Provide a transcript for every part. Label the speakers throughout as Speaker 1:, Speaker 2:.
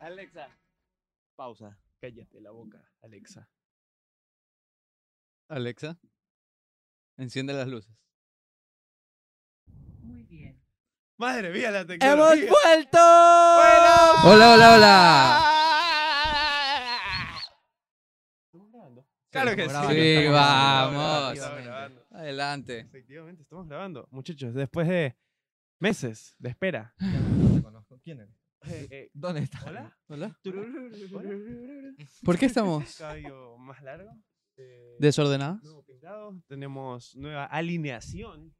Speaker 1: Alexa.
Speaker 2: Pausa.
Speaker 1: Cállate la boca, Alexa.
Speaker 2: Alexa, enciende las luces.
Speaker 3: Muy bien.
Speaker 1: Madre mía, la
Speaker 2: ¡Hemos
Speaker 1: tecnología.
Speaker 2: vuelto!
Speaker 1: ¡Hola!
Speaker 2: ¡Hola, hola, hola!
Speaker 1: ¿Estamos grabando? Claro que sí.
Speaker 2: Sí,
Speaker 1: Estamos grabando,
Speaker 2: vamos.
Speaker 1: estamos grabando.
Speaker 2: Adelante.
Speaker 1: Efectivamente, estamos grabando. Muchachos, después de meses de espera.
Speaker 4: Ya no te conozco. ¿Quién eres?
Speaker 1: Eh, eh,
Speaker 4: ¿Dónde estás?
Speaker 1: ¿Hola?
Speaker 2: ¿Hola?
Speaker 1: ¿Hola?
Speaker 2: ¿Por qué estamos
Speaker 1: Cabello más largo. eh,
Speaker 2: desordenados?
Speaker 1: Nuevo pintado. Tenemos nueva alineación.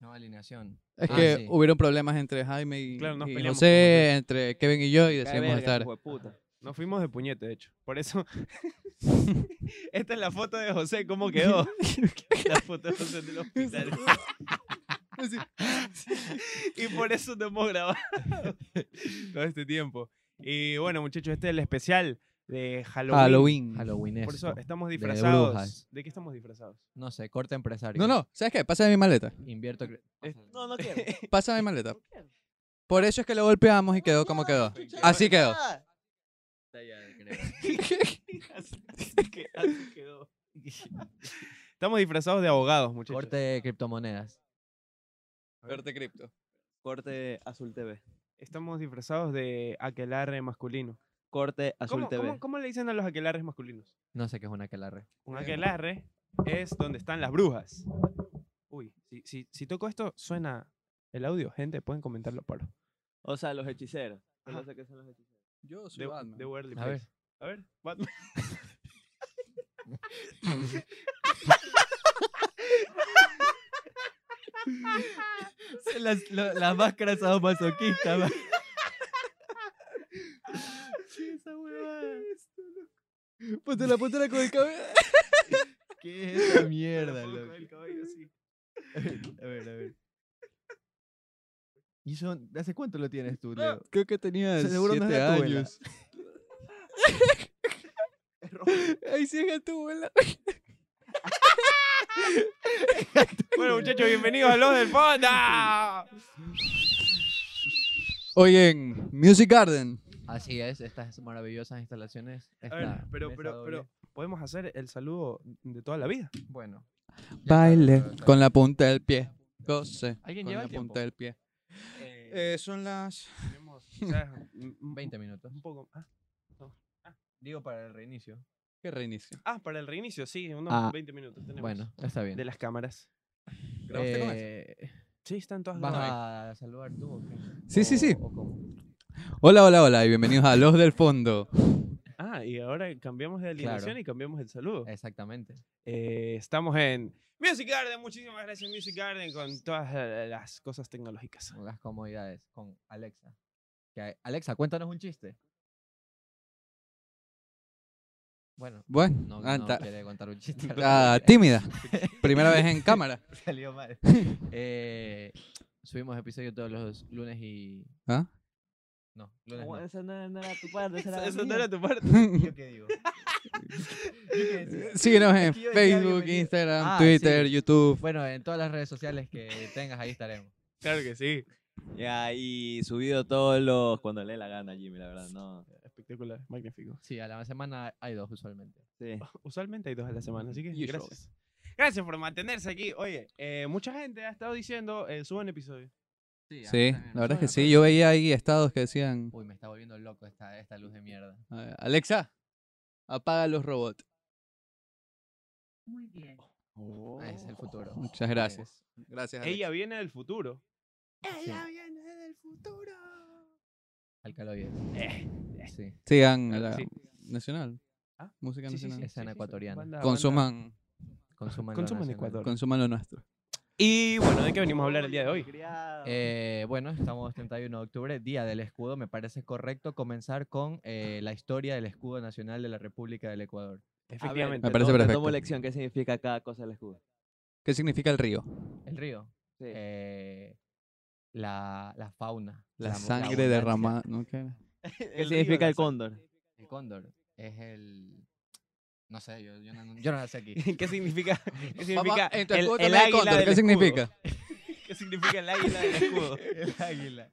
Speaker 4: No, alineación.
Speaker 2: Es
Speaker 4: Ah,
Speaker 2: que
Speaker 4: sí.
Speaker 2: hubieron problemas entre Jaime y,
Speaker 1: Claro, nos
Speaker 2: y
Speaker 1: peleamos
Speaker 2: José, entre Kevin y yo, y decidimos estar.
Speaker 1: Nos fuimos de puñete, de hecho. Por eso. Esta es la foto de José, ¿cómo quedó? la foto de José del hospital. y por eso no hemos grabado todo este tiempo. Y bueno, muchachos, este es el especial de Halloween.
Speaker 2: Halloween.
Speaker 4: Halloween
Speaker 1: Por eso estamos
Speaker 4: de
Speaker 1: disfrazados.
Speaker 4: brujas.
Speaker 1: De, qué estamos disfrazados?
Speaker 4: No sé, corte empresario.
Speaker 2: No, no, ¿sabes qué? Pásame mi maleta.
Speaker 4: Invierto. cre-
Speaker 1: Es-
Speaker 3: Este, No, no quiero.
Speaker 2: Pásame mi maleta. Por eso es que lo golpeamos y quedó como quedó. Así quedó.
Speaker 1: Así que- así quedó. Estamos disfrazados de abogados, muchachos.
Speaker 4: Corte de criptomonedas.
Speaker 2: Corte cripto.
Speaker 5: Corte Azul TV.
Speaker 1: Estamos disfrazados de aquelarre masculino.
Speaker 5: Corte Azul
Speaker 1: ¿Cómo,
Speaker 5: TV.
Speaker 1: cómo- cómo le dicen a los aquelarres masculinos?
Speaker 4: No sé qué es una aquelarre.
Speaker 1: Un aquelarre es donde están las brujas. Uy, si, si, si toco esto, suena el audio. Gente, pueden comentarlo, Pablo.
Speaker 5: O sea, los hechiceros. Yo
Speaker 1: Ajá.
Speaker 5: no sé qué son los hechiceros.
Speaker 2: Yo soy
Speaker 1: De,
Speaker 2: Batman.
Speaker 1: de Worldly
Speaker 4: A ver.
Speaker 1: Place. A ver, Batman.
Speaker 4: las, lo- las máscaras sadomasoquistas. ma-
Speaker 2: Póntela, póntela con el cabello.
Speaker 4: ¿Qué es esa
Speaker 1: Ahora
Speaker 4: mierda,
Speaker 1: puedo
Speaker 4: loco?
Speaker 1: coger el cabello así.
Speaker 4: A ver, a ver. ¿Y son, hace cuánto lo tienes tú, Leo?
Speaker 2: Creo que tenía
Speaker 4: Seguro no es
Speaker 2: siete
Speaker 4: de tu abuela.
Speaker 2: años. Ahí sí es tu abuela.
Speaker 1: Bueno, muchachos, bienvenidos a Los del Fonda.
Speaker 2: Hoy en Music Garden.
Speaker 4: Así es, estas maravillosas instalaciones.
Speaker 1: A ver,
Speaker 4: esta
Speaker 1: pero,
Speaker 4: mesa
Speaker 1: pero,
Speaker 4: doble.
Speaker 1: pero, podemos hacer el saludo de toda la vida.
Speaker 4: Bueno.
Speaker 2: Baile con la punta del pie. Goce.
Speaker 4: ¿Alguien
Speaker 2: con
Speaker 4: lleva
Speaker 2: la
Speaker 4: el tiempo? Eh,
Speaker 2: punta del pie. son las.
Speaker 1: Tenemos quizás un- un-
Speaker 4: 20 minutos.
Speaker 1: Un poco. Ah,
Speaker 4: Digo para el reinicio.
Speaker 2: ¿Qué reinicio?
Speaker 1: ah, para el reinicio, sí, unos
Speaker 4: Ah.
Speaker 1: 20 minutos. Tenemos
Speaker 4: Bueno, está bien.
Speaker 1: De las cámaras.
Speaker 4: Eh,
Speaker 1: Sí, están todas
Speaker 4: ¿Vas
Speaker 1: grabadas.
Speaker 4: a saludar tú? o qué?
Speaker 2: Sí, sí,
Speaker 4: ¿O-
Speaker 2: sí.
Speaker 4: o cómo?
Speaker 2: Hola, hola, hola y bienvenidos a Los del Fondo.
Speaker 1: Ah, y ahora cambiamos de alineación
Speaker 4: Claro.
Speaker 1: y cambiamos el saludo.
Speaker 4: Exactamente.
Speaker 1: Eh, estamos en Music Garden, muchísimas gracias Music Garden con todas eh, las cosas tecnológicas.
Speaker 4: Con Las comodidades con Alexa. Que- Alexa, cuéntanos un chiste. Bueno,
Speaker 2: Bueno,
Speaker 4: no,
Speaker 2: ah,
Speaker 4: no
Speaker 2: ta-
Speaker 4: quiere contar un chiste.
Speaker 2: ah, tímida. Primera vez en cámara.
Speaker 4: Salió mal. Eh, subimos episodio todos los lunes y...
Speaker 2: ¿Ah?
Speaker 4: No, lunes
Speaker 5: Oh,
Speaker 4: no.
Speaker 5: Esa no, no era tu parte, esa era
Speaker 1: Esa-
Speaker 5: la
Speaker 1: esa no
Speaker 5: mía.
Speaker 1: era tu parte.
Speaker 4: ¿Yo qué digo? ¿Yo qué decía?
Speaker 2: Eh, Síguenos
Speaker 4: Es
Speaker 2: en
Speaker 4: que yo decía
Speaker 2: Facebook,
Speaker 4: bienvenido.
Speaker 2: Instagram,
Speaker 4: Ah,
Speaker 2: Twitter,
Speaker 4: sí.
Speaker 2: YouTube.
Speaker 4: Bueno, en todas las redes sociales que tengas, ahí estaremos.
Speaker 1: Claro que sí.
Speaker 5: Ya, y subido todos los. Cuando le dé la gana, Jimmy, la verdad, no.
Speaker 1: Espectacular, magnífico.
Speaker 4: Sí, a la semana hay dos usualmente.
Speaker 5: Sí.
Speaker 1: Usualmente hay dos a la semana, así que
Speaker 2: Usual.
Speaker 1: gracias. Gracias por mantenerse aquí. Oye, eh, mucha gente ha estado diciendo, eh, suban episodio.
Speaker 2: Sí, la verdad es que
Speaker 1: Bueno,
Speaker 2: sí. Yo veía ahí estados que decían,
Speaker 4: Uy, me está volviendo loco esta, esta luz de mierda.
Speaker 2: "Ah, Alexa, apaga los robots.
Speaker 3: Muy bien.
Speaker 4: Ah, Es
Speaker 1: Oh.
Speaker 4: el futuro.
Speaker 2: Muchas gracias. Gracias. Alexa.
Speaker 1: Ella viene del futuro.
Speaker 4: Sí,
Speaker 1: viene del futuro.
Speaker 4: alcaloides. eh, Sí.
Speaker 2: Sigan
Speaker 1: Claro
Speaker 2: la
Speaker 1: sí.
Speaker 2: Nacional.
Speaker 1: ¿Ah?
Speaker 2: Música
Speaker 1: Sí, sí,
Speaker 2: nacional.
Speaker 1: sí,
Speaker 4: Escena
Speaker 1: sí, sí,
Speaker 4: ecuatoriana.
Speaker 1: banda- banda-
Speaker 2: Consuman,
Speaker 4: Consuman, lo
Speaker 1: Consuman
Speaker 4: nacional.
Speaker 1: Ecuador.
Speaker 2: consuman lo nuestro.
Speaker 1: Y bueno, ¿de qué venimos a hablar el día de hoy?
Speaker 5: Criado.
Speaker 4: Eh, bueno, estamos 31 de octubre, Día del Escudo. Me parece correcto comenzar con eh, la historia del escudo nacional de la República del Ecuador.
Speaker 5: A ver,
Speaker 1: Efectivamente.
Speaker 2: Me parece
Speaker 5: te tomo- Te
Speaker 2: perfecto.
Speaker 5: tomo lección, ¿qué significa cada cosa del escudo?
Speaker 2: ¿Qué significa el río?
Speaker 4: El río.
Speaker 5: Sí.
Speaker 4: eh, la, la fauna.
Speaker 2: La,
Speaker 4: mu-
Speaker 2: sangre
Speaker 4: abundancia.
Speaker 2: derramada. ¿no? ¿Qué?
Speaker 5: ¿Qué significa el cóndor?
Speaker 4: El cóndor es el... No sé, yo, yo no, yo no lo sé aquí.
Speaker 1: ¿Qué significa, qué significa
Speaker 2: Papá, en tu
Speaker 1: el,
Speaker 2: escudo
Speaker 1: el
Speaker 2: también hay
Speaker 1: águila
Speaker 2: cóndor,
Speaker 1: del
Speaker 2: ¿Qué
Speaker 1: escudo?
Speaker 2: significa?
Speaker 1: ¿Qué significa el águila del escudo?
Speaker 4: El águila.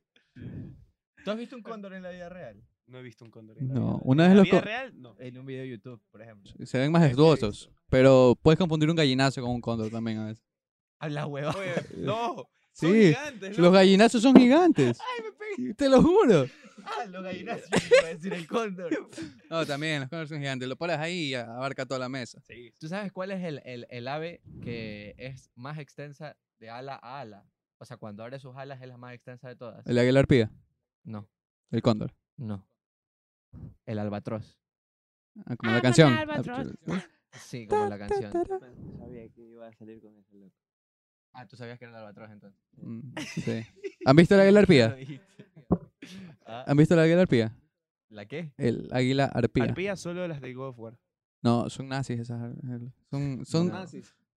Speaker 4: ¿Tú has visto un cóndor en la vida real?
Speaker 1: No he visto un cóndor. en la vida
Speaker 2: No,
Speaker 1: real.
Speaker 2: una
Speaker 1: ¿En la
Speaker 2: vez los
Speaker 1: vida
Speaker 2: co-
Speaker 1: real? No.
Speaker 4: En un video de YouTube, por ejemplo.
Speaker 2: se ven majestuosos, pero puedes confundir un gallinazo con un cóndor también a veces.
Speaker 4: Habla hueva.
Speaker 1: Oye, no. Son
Speaker 2: Sí,
Speaker 1: gigantes,
Speaker 2: Los
Speaker 1: loco.
Speaker 2: gallinazos son gigantes. Te lo juro.
Speaker 4: Ah, los gallinazos. iba a decir el cóndor.
Speaker 2: No, también, los cóndores son gigantes. Lo paras ahí y a- abarca toda la mesa.
Speaker 1: Sí.
Speaker 4: ¿Tú sabes cuál es el, el- el ave que es más extensa de ala a ala? O sea, cuando abre sus alas es la más extensa de todas.
Speaker 2: El águila arpía,
Speaker 4: No,
Speaker 2: el cóndor.
Speaker 4: no. El albatros.
Speaker 2: Ah, Como la
Speaker 6: Ah,
Speaker 2: canción. pues,
Speaker 6: matar albatros.
Speaker 4: Sí, como la canción.
Speaker 5: Sabía que iba a salir con ese loco.
Speaker 4: Ah, tú sabías que era el albatros entonces.
Speaker 2: Mm, sí. ¿Han visto el águila arpía?
Speaker 4: Ah,
Speaker 2: ¿Han visto el águila arpía?
Speaker 4: ¿La qué?
Speaker 2: El águila arpía.
Speaker 1: Arpía solo las de God of War. Ah,
Speaker 2: No, son nazis esas. ar- ar- Son, son,
Speaker 4: No.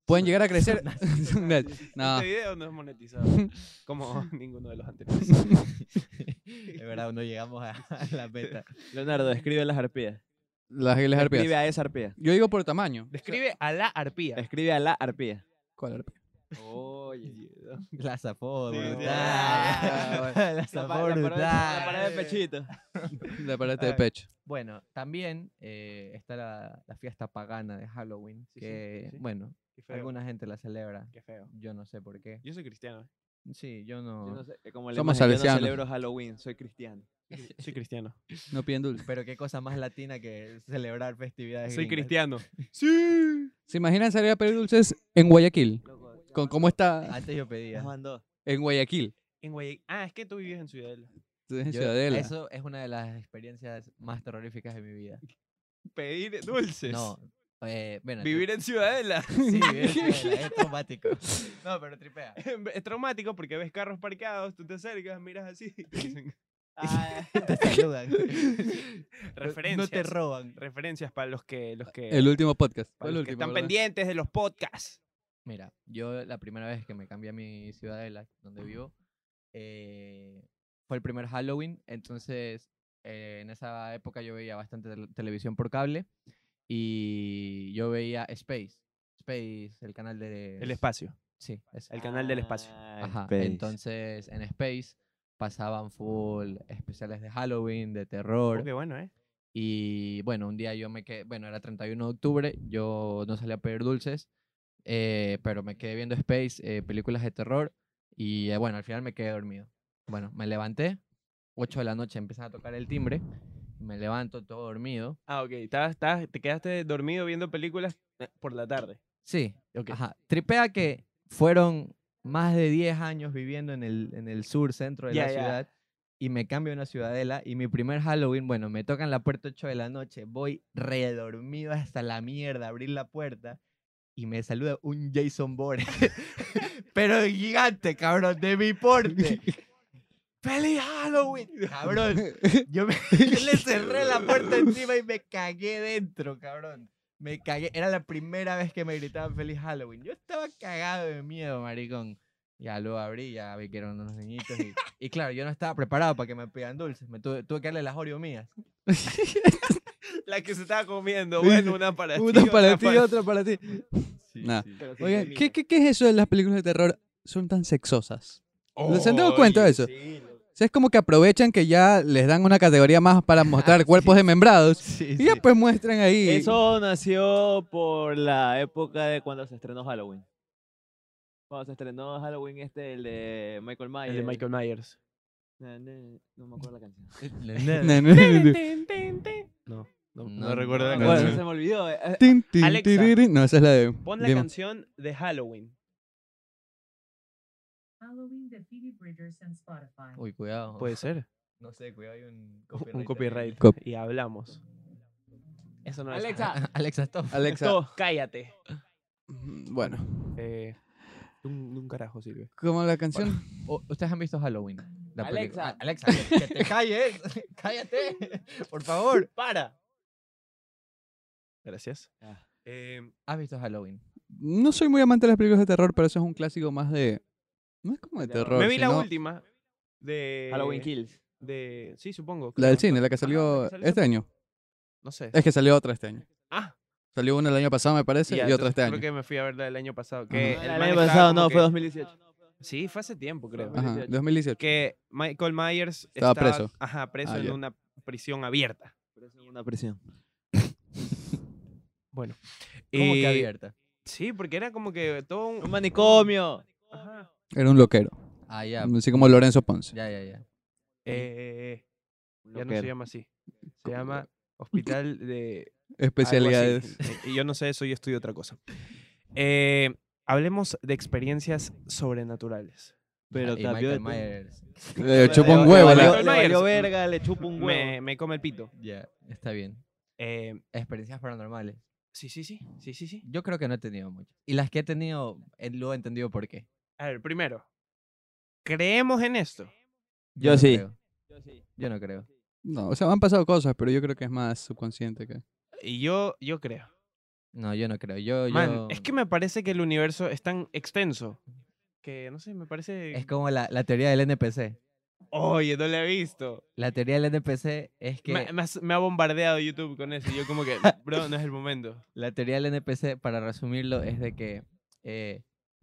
Speaker 2: pueden llegar a crecer. son nazis. No,
Speaker 1: Este video no es monetizado. como ninguno de los anteriores.
Speaker 4: Es verdad, no llegamos a, a la beta.
Speaker 5: Leonardo, escribe las arpías.
Speaker 2: las águilas
Speaker 5: Escribe
Speaker 2: arpías.
Speaker 5: a esa arpía.
Speaker 2: Yo digo por tamaño.
Speaker 1: Describe a la arpía.
Speaker 5: Escribe a la arpía.
Speaker 2: ¿Cuál arpía?
Speaker 5: Oye.
Speaker 4: La zafó,
Speaker 1: Sí, sí.
Speaker 4: brutal.
Speaker 5: Ah,
Speaker 4: La zafó,
Speaker 1: Ah,
Speaker 4: brutal.
Speaker 1: eh.
Speaker 5: de pechito.
Speaker 2: La parte de
Speaker 4: Ay.
Speaker 2: pecho.
Speaker 4: Bueno, también eh, está la, la fiesta pagana de
Speaker 1: Sí,
Speaker 4: Halloween,
Speaker 1: sí,
Speaker 4: que,
Speaker 1: sí.
Speaker 4: bueno,
Speaker 1: Qué feo.
Speaker 4: alguna gente la celebra.
Speaker 1: Qué feo.
Speaker 4: Yo no sé por qué.
Speaker 1: Yo soy cristiano. ¿eh?
Speaker 4: Sí, yo no.
Speaker 5: Yo no sé, eh, como le
Speaker 2: Somos
Speaker 5: dije, yo no
Speaker 2: salesianos.
Speaker 5: celebro Halloween, soy cristiano.
Speaker 1: eh. Soy cristiano.
Speaker 2: No piden dulce.
Speaker 4: Pero qué cosa más latina que celebrar festividades.
Speaker 1: Soy
Speaker 4: gringas.
Speaker 1: cristiano. Sí.
Speaker 2: ¿Se imaginan salir a pedir dulces en Guayaquil? ¿Con cómo está
Speaker 4: Antes yo pedía.
Speaker 5: Nos mandó.
Speaker 2: en Guayaquil?
Speaker 1: En Guayaquil. Ah, es que tú vivías en Ciudadela.
Speaker 2: Entonces, en
Speaker 4: Yo-
Speaker 2: Ciudadela.
Speaker 4: Eso es una de las experiencias más terroríficas de mi vida.
Speaker 1: Pedir dulces.
Speaker 4: No. eh, bueno, tri-
Speaker 1: Vivir en Ciudadela.
Speaker 4: Sí, vivir en Venezuela, es traumático. No, pero tripea.
Speaker 1: es traumático porque ves carros parqueados, tú te acercas, miras así. y te dicen, Ah.
Speaker 4: Te saludan.
Speaker 1: referencias.
Speaker 4: No te roban.
Speaker 1: Referencias para los que, los que,
Speaker 2: El último podcast.
Speaker 1: para
Speaker 2: el
Speaker 1: los que
Speaker 2: último,
Speaker 1: están
Speaker 2: ¿verdad?
Speaker 1: pendientes de los podcasts.
Speaker 4: Mira, yo la primera vez que me cambié a mi ciudadela, donde vivo, eh, fue el primer Halloween. Entonces, eh, en esa época yo veía bastante tel- televisión por cable y yo veía Space. Space, el canal de...
Speaker 1: El espacio.
Speaker 4: Sí, ese.
Speaker 1: El canal del espacio.
Speaker 5: Ah,
Speaker 4: Ajá,
Speaker 5: space.
Speaker 4: Entonces, en Space pasaban full especiales de Halloween, de terror.
Speaker 1: Qué bueno, ¿eh?
Speaker 4: Y bueno, un día yo me quedé, bueno, era 31 de octubre, yo no salí a pedir dulces, eh, pero me quedé viendo Space, eh, películas de terror, y eh, bueno, al final me quedé dormido. Bueno, me levanté, 8 de la noche empiezan a tocar el timbre, me levanto todo dormido.
Speaker 1: Ah, ok. estabas- estabas- te quedaste dormido viendo películas eh, por la tarde.
Speaker 4: Sí, ajá. Tripea que fueron más de 10 años viviendo en el, en el sur, centro de la
Speaker 1: Ya, ya.
Speaker 4: ciudad, y me cambio a una ciudadela, y mi primer Halloween, bueno, me tocan la puerta 8 de la noche, voy redormido hasta la mierda, abrir la puerta, y me saluda un Jason Bourne, pero gigante, cabrón, de mi porte. ¡Feliz Halloween! Cabrón, yo, me- yo le cerré la puerta encima y me cagué dentro, cabrón. Me cagué. Era la primera vez que me gritaban feliz Halloween. Yo estaba cagado de miedo, maricón. Ya lo abrí, ya vi que eran unos niñitos. Y, y claro, yo no estaba preparado para que me pidan dulces. Me tuve, tuve que darle las Oreo mías.
Speaker 1: La que se estaba comiendo. Bueno, una para ti.
Speaker 2: Una para
Speaker 1: otra
Speaker 2: ti, otra para ti. Nah. Oigan, ¿qué, qué, qué es eso de las películas de terror? Son tan sexosas. ¿Se han dado cuenta de
Speaker 1: Oye,
Speaker 2: eso?
Speaker 1: sí, loco.
Speaker 2: O sea, es como que aprovechan que ya les dan una categoría más para mostrar cuerpos desmembrados.
Speaker 4: Sí,
Speaker 2: Y ya pues muestran ahí.
Speaker 5: Eso nació por la época de cuando se estrenó Halloween. Cuando se estrenó Halloween este, el de Michael Myers.
Speaker 1: El de Michael Myers.
Speaker 5: Na, na, No me acuerdo la canción.
Speaker 2: Na, na, na, na.
Speaker 1: No, no,
Speaker 4: No,
Speaker 1: no recuerdo la
Speaker 4: no,
Speaker 5: Ah, Bueno,
Speaker 1: canción.
Speaker 5: se me olvidó. eh, eh,
Speaker 2: Tin, tin,
Speaker 1: Alexa,
Speaker 2: tiriri. No, esa es la de.
Speaker 1: Pon la
Speaker 2: Demon.
Speaker 1: canción de Halloween.
Speaker 3: Halloween de Phoebe Bridgers en Spotify.
Speaker 4: Uy, cuidado.
Speaker 1: Puede ser.
Speaker 4: No sé, cuidado, hay un copyright.
Speaker 1: Un
Speaker 4: ahí.
Speaker 1: copyright.
Speaker 2: Cop-
Speaker 1: Y hablamos. Eso no es.
Speaker 5: Alexa,
Speaker 4: Alexa, stop.
Speaker 2: Alexa. mm,
Speaker 1: Esto, cállate.
Speaker 2: Bueno,
Speaker 1: Eh, un, un carajo sirve.
Speaker 2: como la canción.
Speaker 4: O- ¿Ustedes han visto Halloween? La película.
Speaker 5: Alexa.
Speaker 4: Ah, Alexa, que- que te calles. Cállate. Por favor.
Speaker 1: ¡Para! Gracias.
Speaker 5: Ah.
Speaker 1: Eh,
Speaker 4: ¿Has visto Halloween?
Speaker 2: No soy muy amante de las películas de terror, pero eso es un clásico más de. No es como de
Speaker 5: De terror.
Speaker 2: terror.
Speaker 1: me vi la
Speaker 2: sino
Speaker 1: última de.
Speaker 5: Halloween Kills.
Speaker 1: De, sí, supongo.
Speaker 2: La del
Speaker 1: creo.
Speaker 2: cine, la que
Speaker 1: Ajá,
Speaker 2: salió
Speaker 1: la que salió
Speaker 2: este año.
Speaker 1: No sé.
Speaker 2: Es que salió otra este año.
Speaker 1: Ah,
Speaker 2: Salió una el año pasado, me parece,
Speaker 1: ya,
Speaker 2: y otra
Speaker 1: entonces
Speaker 2: este año.
Speaker 1: Creo que me fui a ver la del año pasado. Que eh,
Speaker 2: Ajá.
Speaker 1: el
Speaker 5: El,
Speaker 1: man
Speaker 5: año
Speaker 1: estaba
Speaker 5: pasado,
Speaker 1: como
Speaker 5: no,
Speaker 1: que-
Speaker 5: fue 2018.
Speaker 1: Sí, fue hace tiempo, creo.
Speaker 5: Ajá.
Speaker 2: Ajá,
Speaker 5: 2018.
Speaker 2: 2018.
Speaker 1: Que Michael Myers
Speaker 2: Estaba preso.
Speaker 1: Ajá, preso
Speaker 2: Ah,
Speaker 1: en
Speaker 2: ya.
Speaker 1: una prisión abierta.
Speaker 5: Preso en una prisión.
Speaker 1: Bueno.
Speaker 4: Como que
Speaker 1: eh,
Speaker 4: abierta.
Speaker 1: Sí, porque era como que todo un...
Speaker 5: Un manicomio.
Speaker 1: Ajá.
Speaker 2: Era un loquero.
Speaker 4: Ah, ya. pues,
Speaker 2: Así como Lorenzo Ponce.
Speaker 4: Ya, ya, ya.
Speaker 1: Eh, ya no
Speaker 5: Loquero.
Speaker 1: se llama así. Se llama Hospital de algo así.
Speaker 2: Especialidades.
Speaker 1: Y yo no sé eso, yo estudio otra cosa. Eh, hablemos de experiencias sobrenaturales.
Speaker 5: Pero
Speaker 4: Ah, Y
Speaker 5: cambió de
Speaker 4: Michael
Speaker 5: tema.
Speaker 4: Myers.
Speaker 2: Le
Speaker 5: Le-
Speaker 2: chupa Eh, un
Speaker 5: le-
Speaker 2: huevo.
Speaker 5: Le,
Speaker 1: le-
Speaker 2: la-
Speaker 5: valió-
Speaker 1: Michael
Speaker 5: le valió
Speaker 1: Myers.
Speaker 5: verga, le chupa un huevo.
Speaker 1: Me, me come el pito.
Speaker 4: Ya, está bien.
Speaker 1: Eh,
Speaker 4: Experiencias paranormales.
Speaker 1: sí, sí, sí, sí, sí, sí.
Speaker 4: Yo creo que no he tenido muchas. Y las que he tenido, eh, lo he entendido por qué.
Speaker 1: A ver, primero, ¿creemos en esto?
Speaker 5: Yo
Speaker 4: no
Speaker 5: sí.
Speaker 4: creo, Yo no creo.
Speaker 2: No, o sea, me han pasado cosas, pero yo creo que es más subconsciente que.
Speaker 1: Y yo, yo creo.
Speaker 4: No, yo no creo. Yo,
Speaker 1: Man,
Speaker 4: yo-
Speaker 1: es que me parece que el universo es tan extenso que, no sé, me parece...
Speaker 4: es como la, la teoría del NPC.
Speaker 1: Oye, no lo he visto.
Speaker 4: La teoría del NPC es que...
Speaker 1: Me, me has- me ha bombardeado YouTube con eso y yo como que, bro, no es el momento.
Speaker 4: La teoría del NPC, para resumirlo, es de que... eh,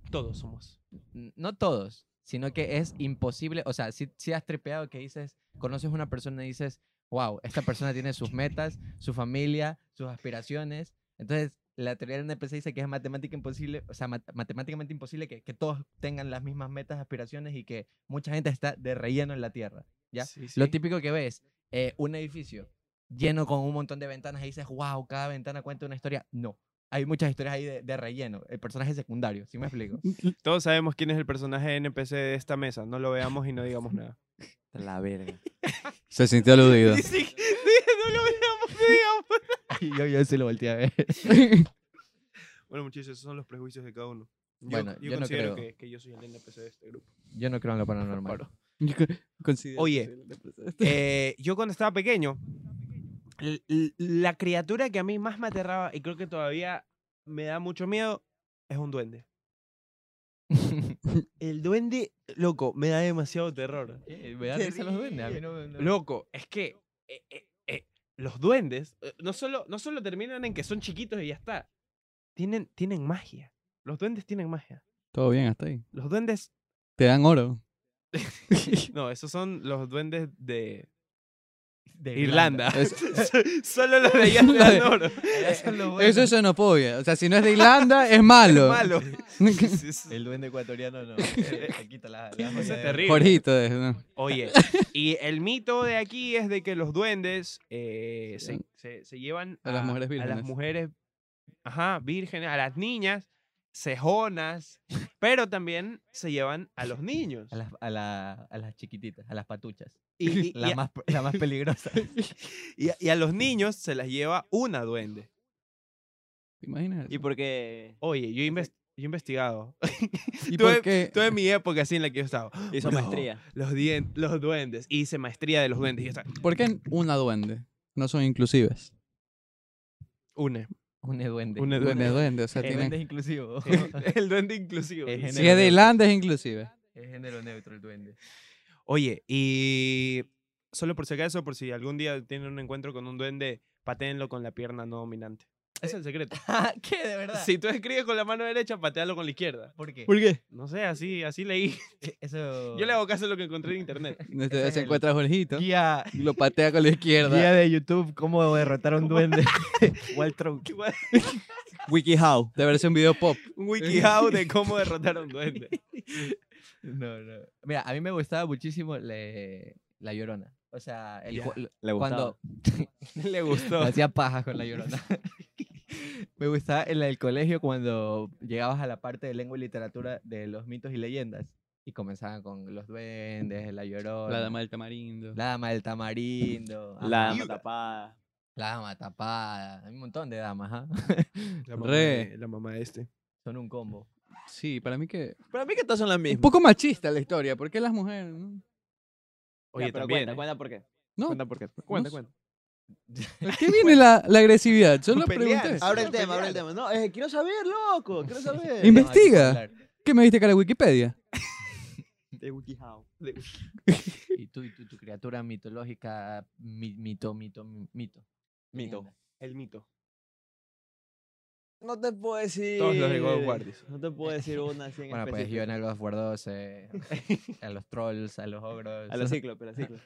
Speaker 1: Todos somos.
Speaker 4: n- no todos, sino que es imposible. O sea, si, si has tripeado que dices, conoces una persona y dices, wow, esta persona tiene sus metas, su familia, sus aspiraciones. Entonces, la teoría del NPC dice que es matemática imposible, o sea, mat- matemáticamente imposible que, que todos tengan las mismas metas, aspiraciones y que mucha gente está de relleno en la Tierra. ¿Ya?
Speaker 1: Sí,
Speaker 4: Lo
Speaker 1: sí.
Speaker 4: típico que ves, eh, un edificio lleno con un montón de ventanas y dices, wow, cada ventana cuenta una historia. No. Hay muchas historias ahí de, de relleno, el personaje secundario, ¿sí me explico?
Speaker 1: Todos sabemos quién es el personaje NPC de esta mesa. No lo veamos y no digamos nada.
Speaker 5: La verga.
Speaker 2: Se sintió aludido.
Speaker 1: no lo veamos, no digamos.
Speaker 4: Y yo, yo sí lo volteé a ver.
Speaker 1: Bueno, muchachos, esos son los prejuicios de cada uno. Yo,
Speaker 4: Bueno,
Speaker 1: yo
Speaker 4: yo no
Speaker 1: considero
Speaker 4: creo.
Speaker 1: que, que yo soy el NPC de este grupo.
Speaker 4: Yo no creo en lo paranormal.
Speaker 1: Claro.
Speaker 2: Yo co- considero
Speaker 1: Oye,
Speaker 2: que soy el depresivo.
Speaker 1: Eh, yo cuando estaba pequeño, l- l- la criatura que a mí más me aterraba y creo que todavía me da mucho miedo es un duende. El duende, loco, me da demasiado terror.
Speaker 4: Eh, me da risa los duendes, a mí no me- no-
Speaker 1: Loco, es que eh, eh, eh, los duendes eh, no solo, no solo terminan en que son chiquitos y ya está. Tienen, tienen magia. Los duendes tienen magia.
Speaker 2: Todo bien hasta ahí.
Speaker 1: Los duendes.
Speaker 2: Te dan oro.
Speaker 1: No, esos son los duendes de
Speaker 4: de
Speaker 1: Irlanda.
Speaker 2: Es-
Speaker 1: So- solo los de Irlanda del Norte.
Speaker 4: Esos son los
Speaker 2: Eso es
Speaker 4: buenos.
Speaker 2: xenofobia. O sea, si no es de Irlanda, es malo.
Speaker 1: Malo. Sí, sí, sí.
Speaker 4: El duende ecuatoriano no. eh, Te quita la, la
Speaker 1: Eso es
Speaker 4: joya de-
Speaker 1: terrible.
Speaker 2: Jorgito. es, ¿no?
Speaker 1: Oye, y el mito de aquí es de que los duendes eh, se,
Speaker 2: Llevan
Speaker 1: se- se llevan
Speaker 2: a las mujeres
Speaker 1: a las
Speaker 2: vírgenes.
Speaker 1: mujeres, ajá, vírgenes, a las niñas, cejonas, pero también se llevan a los niños.
Speaker 4: A las, a, la- a las chiquititas, a las patuchas.
Speaker 1: Y, y- y
Speaker 4: La
Speaker 1: a-
Speaker 4: más, la más peligrosa.
Speaker 1: y a- y a los niños se las lleva una duende.
Speaker 2: ¿Te imaginas?
Speaker 5: Y porque.
Speaker 1: Oye, yo, he inves- yo he investigado.
Speaker 2: ¿Y
Speaker 1: tú
Speaker 2: por
Speaker 1: em-
Speaker 2: qué?
Speaker 1: Toda mi época así en la que yo estaba.
Speaker 5: Hizo
Speaker 1: Bro,
Speaker 5: maestría.
Speaker 1: Los, dien- los duendes. Hice maestría de los duendes. Y yo estaba,
Speaker 2: ¿Por qué una duende? No son inclusives.
Speaker 1: une.
Speaker 4: Un duende.
Speaker 1: Une duende.
Speaker 2: Duende, duende. O sea,
Speaker 4: El duende
Speaker 2: tienen...
Speaker 4: es inclusivo.
Speaker 1: El, el duende inclusivo.
Speaker 4: Es
Speaker 1: dice.
Speaker 2: Si es de Irlanda, es inclusive.
Speaker 4: Es género neutro el duende.
Speaker 1: Oye, y solo por si acaso, por si algún día tienen un encuentro con un duende, patéenlo con la pierna no dominante. Ese es el secreto.
Speaker 4: Ah, ¿Qué? ¿De verdad?
Speaker 1: Eh, Si tú escribes con la mano derecha, patealo con la izquierda.
Speaker 4: ¿Por qué?
Speaker 2: ¿Por qué?
Speaker 1: No sé, así, así leí.
Speaker 4: Eso...
Speaker 1: Yo le hago caso a lo que encontré en internet.
Speaker 4: Ese es
Speaker 2: Este, se
Speaker 4: el-
Speaker 2: encuentra Jorgito.
Speaker 4: Guía,
Speaker 2: y Lo patea con la
Speaker 4: guía
Speaker 2: izquierda.
Speaker 4: de YouTube, cómo derrotar a un duende. Waltron.
Speaker 5: WikiHow.
Speaker 2: De verse un video pop.
Speaker 1: Un wikihow de cómo derrotar a un duende.
Speaker 4: No, no. Mira, a mí me gustaba muchísimo le- la llorona. O sea, el
Speaker 1: Ya,
Speaker 4: ju- lo-
Speaker 5: Le
Speaker 4: cuando
Speaker 1: Le gustó.
Speaker 4: me hacía paja con la llorona. me gustaba en el colegio cuando llegabas a la parte de lengua y literatura de los mitos y leyendas. Y comenzaban con los duendes, la llorona.
Speaker 2: La dama del tamarindo.
Speaker 4: la dama del tamarindo.
Speaker 5: La
Speaker 4: ajá,
Speaker 5: dama tapada.
Speaker 4: la dama tapada. Hay un montón de damas, ajá.
Speaker 1: La
Speaker 2: mamá de-
Speaker 1: la mamá de este.
Speaker 4: Son un combo.
Speaker 2: Sí, para mí que...
Speaker 5: Para mí que todas son las
Speaker 2: Un
Speaker 5: mismas.
Speaker 2: poco machista la historia. ¿Por qué las mujeres? no?
Speaker 1: Oye,
Speaker 5: Ya, pero
Speaker 1: también.
Speaker 5: Cuenta,
Speaker 1: ¿eh?
Speaker 5: cuenta por qué.
Speaker 2: No,
Speaker 5: Cuenta por qué.
Speaker 2: Cuenta, cuenta. ¿de qué viene la, la agresividad? Solo pregunté.
Speaker 5: Abre el tema, abre el tema. No, eh, quiero saber, loco. Quiero saber.
Speaker 2: Inve- Investiga. ¿Qué me viste cara de Wikipedia?
Speaker 5: De WikiHow.
Speaker 4: Y tú, y tú, tu criatura mitológica, mi- mito, mito, mi- mito.
Speaker 5: Mito.
Speaker 4: Mierda.
Speaker 1: El mito.
Speaker 5: No te puedo decir.
Speaker 1: Todos los de God of War, dice.
Speaker 5: No te puedo decir una así en
Speaker 4: Bueno, pues yo
Speaker 5: específico.
Speaker 4: en el God of War 12, a los trolls, a los ogros.
Speaker 5: A los ciclos, pero ciclos.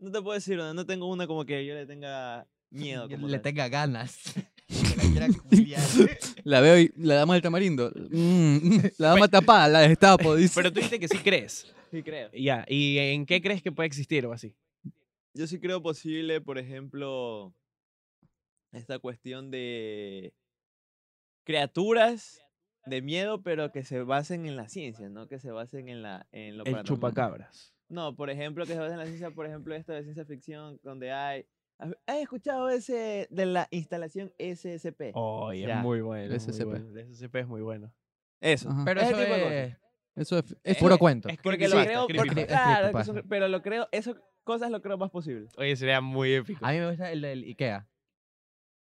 Speaker 5: No te puedo decir una, no tengo una como que yo le tenga miedo.
Speaker 4: Que
Speaker 5: como
Speaker 4: le
Speaker 5: tal.
Speaker 4: tenga ganas. que la quiera culiar.
Speaker 2: La veo y la dama del tamarindo. mm, mm, la dama tapada, la destapo, dice.
Speaker 1: Pero tú dijiste que sí crees.
Speaker 5: Sí creo.
Speaker 1: Ya, ¿y en qué crees que puede existir o así?
Speaker 5: Yo sí creo posible, por ejemplo, esta cuestión de criaturas de miedo, pero que se basen en la ciencia, ¿no? Que se basen en, la, en lo
Speaker 1: El
Speaker 5: paranormal.
Speaker 1: chupacabras.
Speaker 5: No, por ejemplo, que se basa en la ciencia, por ejemplo, esto de ciencia ficción, donde hay... ¿Has has escuchado ese de la instalación SSP?
Speaker 1: Oye,
Speaker 5: Ya.
Speaker 1: muy bueno.
Speaker 2: El
Speaker 1: Muy
Speaker 2: SCP.
Speaker 1: bueno. El SCP es muy bueno.
Speaker 5: Eso.
Speaker 2: Ajá.
Speaker 4: Pero
Speaker 5: Ese
Speaker 4: eso
Speaker 5: tipo de cosas.
Speaker 4: es,
Speaker 2: Eso es, es
Speaker 4: puro
Speaker 1: eh,
Speaker 2: puro
Speaker 4: cuento.
Speaker 1: es-
Speaker 5: Porque lo
Speaker 1: creepypasta,
Speaker 5: creo, porque-
Speaker 1: creepypasta.
Speaker 4: Es
Speaker 5: claro, que son-
Speaker 4: creepypasta.
Speaker 5: pero lo creo, esas cosas lo creo más posible.
Speaker 1: Oye, sería muy épico.
Speaker 4: A mí me gusta el del Ikea.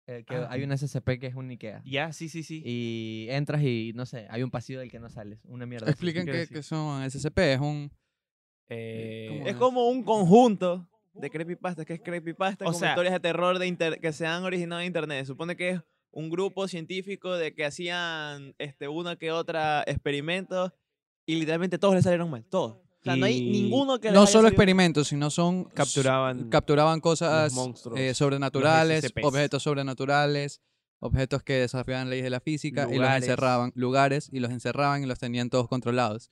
Speaker 4: El que
Speaker 1: Ah.
Speaker 4: hay un SCP que es un Ikea.
Speaker 1: Ya, sí, sí, sí.
Speaker 4: Y entras y no sé, hay un pasillo del que no sales. Una mierda. así.
Speaker 2: Expliquen
Speaker 1: quiere
Speaker 2: qué,
Speaker 1: decir?
Speaker 2: qué son SCP. Es un.
Speaker 1: Eh,
Speaker 2: ¿cómo
Speaker 5: Es
Speaker 2: Bueno.
Speaker 5: como un conjunto de creepypastas, que es creepypasta
Speaker 1: O
Speaker 5: como
Speaker 1: sea-
Speaker 5: historias de terror de inter- que se han originado en internet. Supone que es un grupo científico de que hacían este una que otra experimentos y literalmente todos les salieron mal, todos. O sea, no hay
Speaker 1: Y
Speaker 5: ninguno que les
Speaker 2: No solo
Speaker 5: haya salido mal.
Speaker 2: experimentos, sino son.
Speaker 1: Capturaban.
Speaker 2: capturaban cosas
Speaker 1: monstruos,
Speaker 2: eh,
Speaker 1: los
Speaker 2: sobrenaturales,
Speaker 1: SCPs.
Speaker 2: objetos sobrenaturales, objetos que desafiaban leyes de la física y los
Speaker 1: Lugares.
Speaker 2: encerraban, lugares y los encerraban y los tenían todos controlados.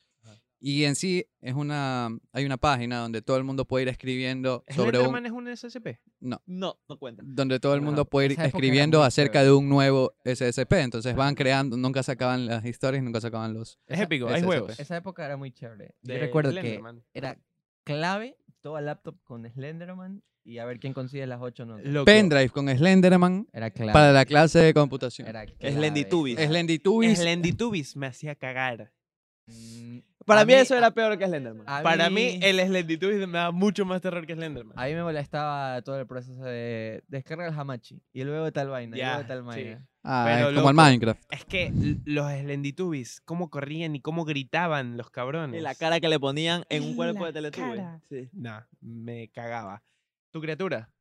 Speaker 2: Y en sí es una hay una página donde todo el mundo puede ir escribiendo sobre un
Speaker 1: es un SCP?
Speaker 5: No, no cuenta.
Speaker 2: donde todo el
Speaker 4: Ajá,
Speaker 2: mundo puede ir
Speaker 4: esa época era
Speaker 2: escribiendo
Speaker 4: muy
Speaker 2: acerca
Speaker 4: chévere.
Speaker 2: de un nuevo SSP, entonces van creando, nunca se acaban las historias, nunca se acaban los
Speaker 1: Es épico, hay
Speaker 2: SCP.
Speaker 5: pues.
Speaker 1: juegos.
Speaker 4: Esa época era muy chévere. Yo
Speaker 1: De
Speaker 4: recuerdo
Speaker 1: Slenderman.
Speaker 4: que era clave toda laptop con Slenderman y a ver quién consigue las 8 no.
Speaker 1: Loco,
Speaker 2: pendrive con Slenderman
Speaker 4: Era clave.
Speaker 2: para la clase de computación.
Speaker 4: Era clave.
Speaker 5: Slenditubbies.
Speaker 2: Slenditubbies
Speaker 1: Slendytubbies me hacía cagar.
Speaker 4: Mm,
Speaker 5: Para
Speaker 4: a
Speaker 5: mí, eso era peor que Slenderman.
Speaker 4: a
Speaker 1: Para mí, el Slendytubbies me da mucho más terror que Slenderman.
Speaker 4: A mí me molestaba todo el proceso de descarga el Hamachi y luego tal vaina, y
Speaker 1: Ya,
Speaker 4: luego tal
Speaker 1: sí.
Speaker 4: vaina.
Speaker 2: Ah,
Speaker 1: Pero,
Speaker 2: es como el
Speaker 1: loco,
Speaker 2: Minecraft.
Speaker 1: Es que l- los Slendytubbies, cómo corrían y cómo gritaban los cabrones.
Speaker 5: Y la cara que le ponían en un
Speaker 1: Y
Speaker 5: cuerpo
Speaker 1: la
Speaker 5: de Teletubbies.
Speaker 1: cara.
Speaker 5: Sí.
Speaker 1: Nah, me cagaba. ¿Tu criatura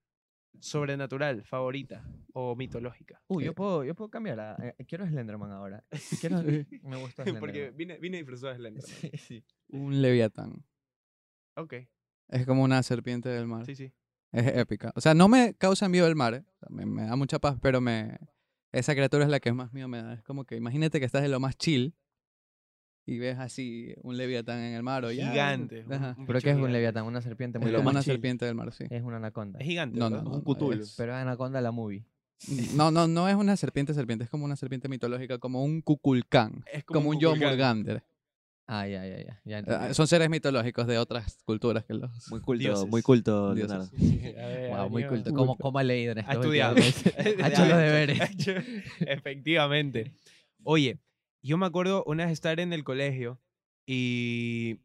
Speaker 1: sobrenatural favorita o mitológica?
Speaker 4: Uy,
Speaker 2: Sí.
Speaker 4: yo puedo, yo puedo cambiar a, eh, quiero Slenderman ahora. Quiero me gustó Slenderman.
Speaker 1: Porque vine, vine disfrazado de Slenderman.
Speaker 4: Sí, sí.
Speaker 2: Un leviatán.
Speaker 1: Ok,
Speaker 2: Es como una serpiente del mar.
Speaker 1: sí, sí.
Speaker 2: Es épica. O sea, no me causa miedo el mar. ¿eh? O sea, me, me da mucha paz, pero me esa criatura es la que más miedo me da. Es como que imagínate que estás en lo más chill y ves así un leviatán en el mar o ya,
Speaker 1: Gigante. un-
Speaker 2: ajá.
Speaker 1: un
Speaker 4: Pero
Speaker 1: bicho
Speaker 4: qué es un
Speaker 1: gigante.
Speaker 4: leviatán, una serpiente muy
Speaker 2: Es como
Speaker 4: grande.
Speaker 2: una serpiente del mar, sí.
Speaker 4: Es una anaconda.
Speaker 1: Es gigante,
Speaker 2: No,
Speaker 1: ¿verdad?
Speaker 2: no,
Speaker 1: un
Speaker 2: no,
Speaker 1: Cthulhu.
Speaker 2: es-
Speaker 4: Pero es anaconda la movie.
Speaker 2: No, no, no es una serpiente serpiente, es como una serpiente mitológica, como un cuculcán,
Speaker 1: Es
Speaker 2: como, un
Speaker 1: Kukulkan.
Speaker 2: Jomurgander.
Speaker 4: Ah, ya, ya, ya. ya
Speaker 2: Ah,
Speaker 4: entendí.
Speaker 2: Son seres mitológicos de otras culturas que los
Speaker 5: Muy culto,
Speaker 1: Dioses.
Speaker 5: muy culto,
Speaker 2: dioses.
Speaker 5: Leonardo.
Speaker 1: A ver,
Speaker 4: Guau, muy
Speaker 1: Daniel.
Speaker 4: culto. ¿Cómo, cómo ha leído en
Speaker 1: Ha
Speaker 4: estos últimos
Speaker 1: estudiado.
Speaker 4: meses? ha hecho los deberes.
Speaker 1: Ha hecho- Efectivamente. Oye, yo me acuerdo una vez estar en el colegio y...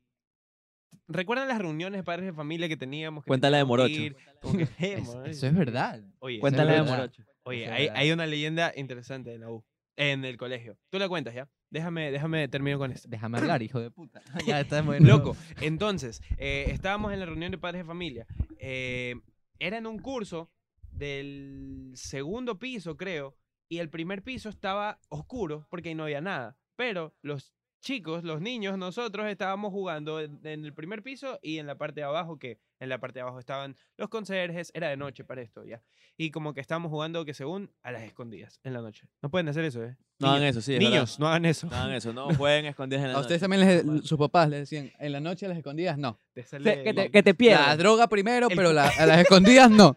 Speaker 1: ¿Recuerdan las reuniones de padres de familia que teníamos? Que
Speaker 5: Cuéntala de
Speaker 1: teníamos que
Speaker 5: Morocho.
Speaker 1: ir? Como que, "Eh,
Speaker 4: Es-
Speaker 1: mano,
Speaker 4: eso es verdad.
Speaker 1: Oye,
Speaker 5: Cuéntale de
Speaker 4: verdad.
Speaker 5: Morocho.
Speaker 1: Oye,
Speaker 4: Eso es
Speaker 1: hay,
Speaker 4: verdad.
Speaker 1: hay una leyenda interesante en la U, en el colegio. Tú la cuentas, ¿ya? Déjame, déjame termino con esto.
Speaker 4: Déjame hablar, hijo de puta. ya estás muy
Speaker 1: Loco, entonces, eh, estábamos en la reunión de padres de familia. eh, era en un curso del segundo piso, creo, y el primer piso estaba oscuro porque ahí no había nada. Pero los chicos, los niños, nosotros estábamos jugando en, en el primer piso y en la parte de abajo, que en la parte de abajo estaban los conserjes, era de noche para esto, ya. Y como que estábamos jugando que según a las escondidas en la noche. No pueden hacer eso, ¿eh?
Speaker 5: No hagan
Speaker 1: Niños,
Speaker 5: eso, sí. es verdad.
Speaker 1: Niños, no hagan eso.
Speaker 5: No hagan eso, no jueguen escondidas en la
Speaker 2: A ustedes
Speaker 5: noche.
Speaker 2: también les- sus papás les decían, en la noche a las escondidas no.
Speaker 1: Te
Speaker 5: Se-
Speaker 1: sale-
Speaker 5: que, te, que te pierdas.
Speaker 2: La droga primero,
Speaker 1: El
Speaker 2: pero
Speaker 1: cu-
Speaker 2: la- a las escondidas no.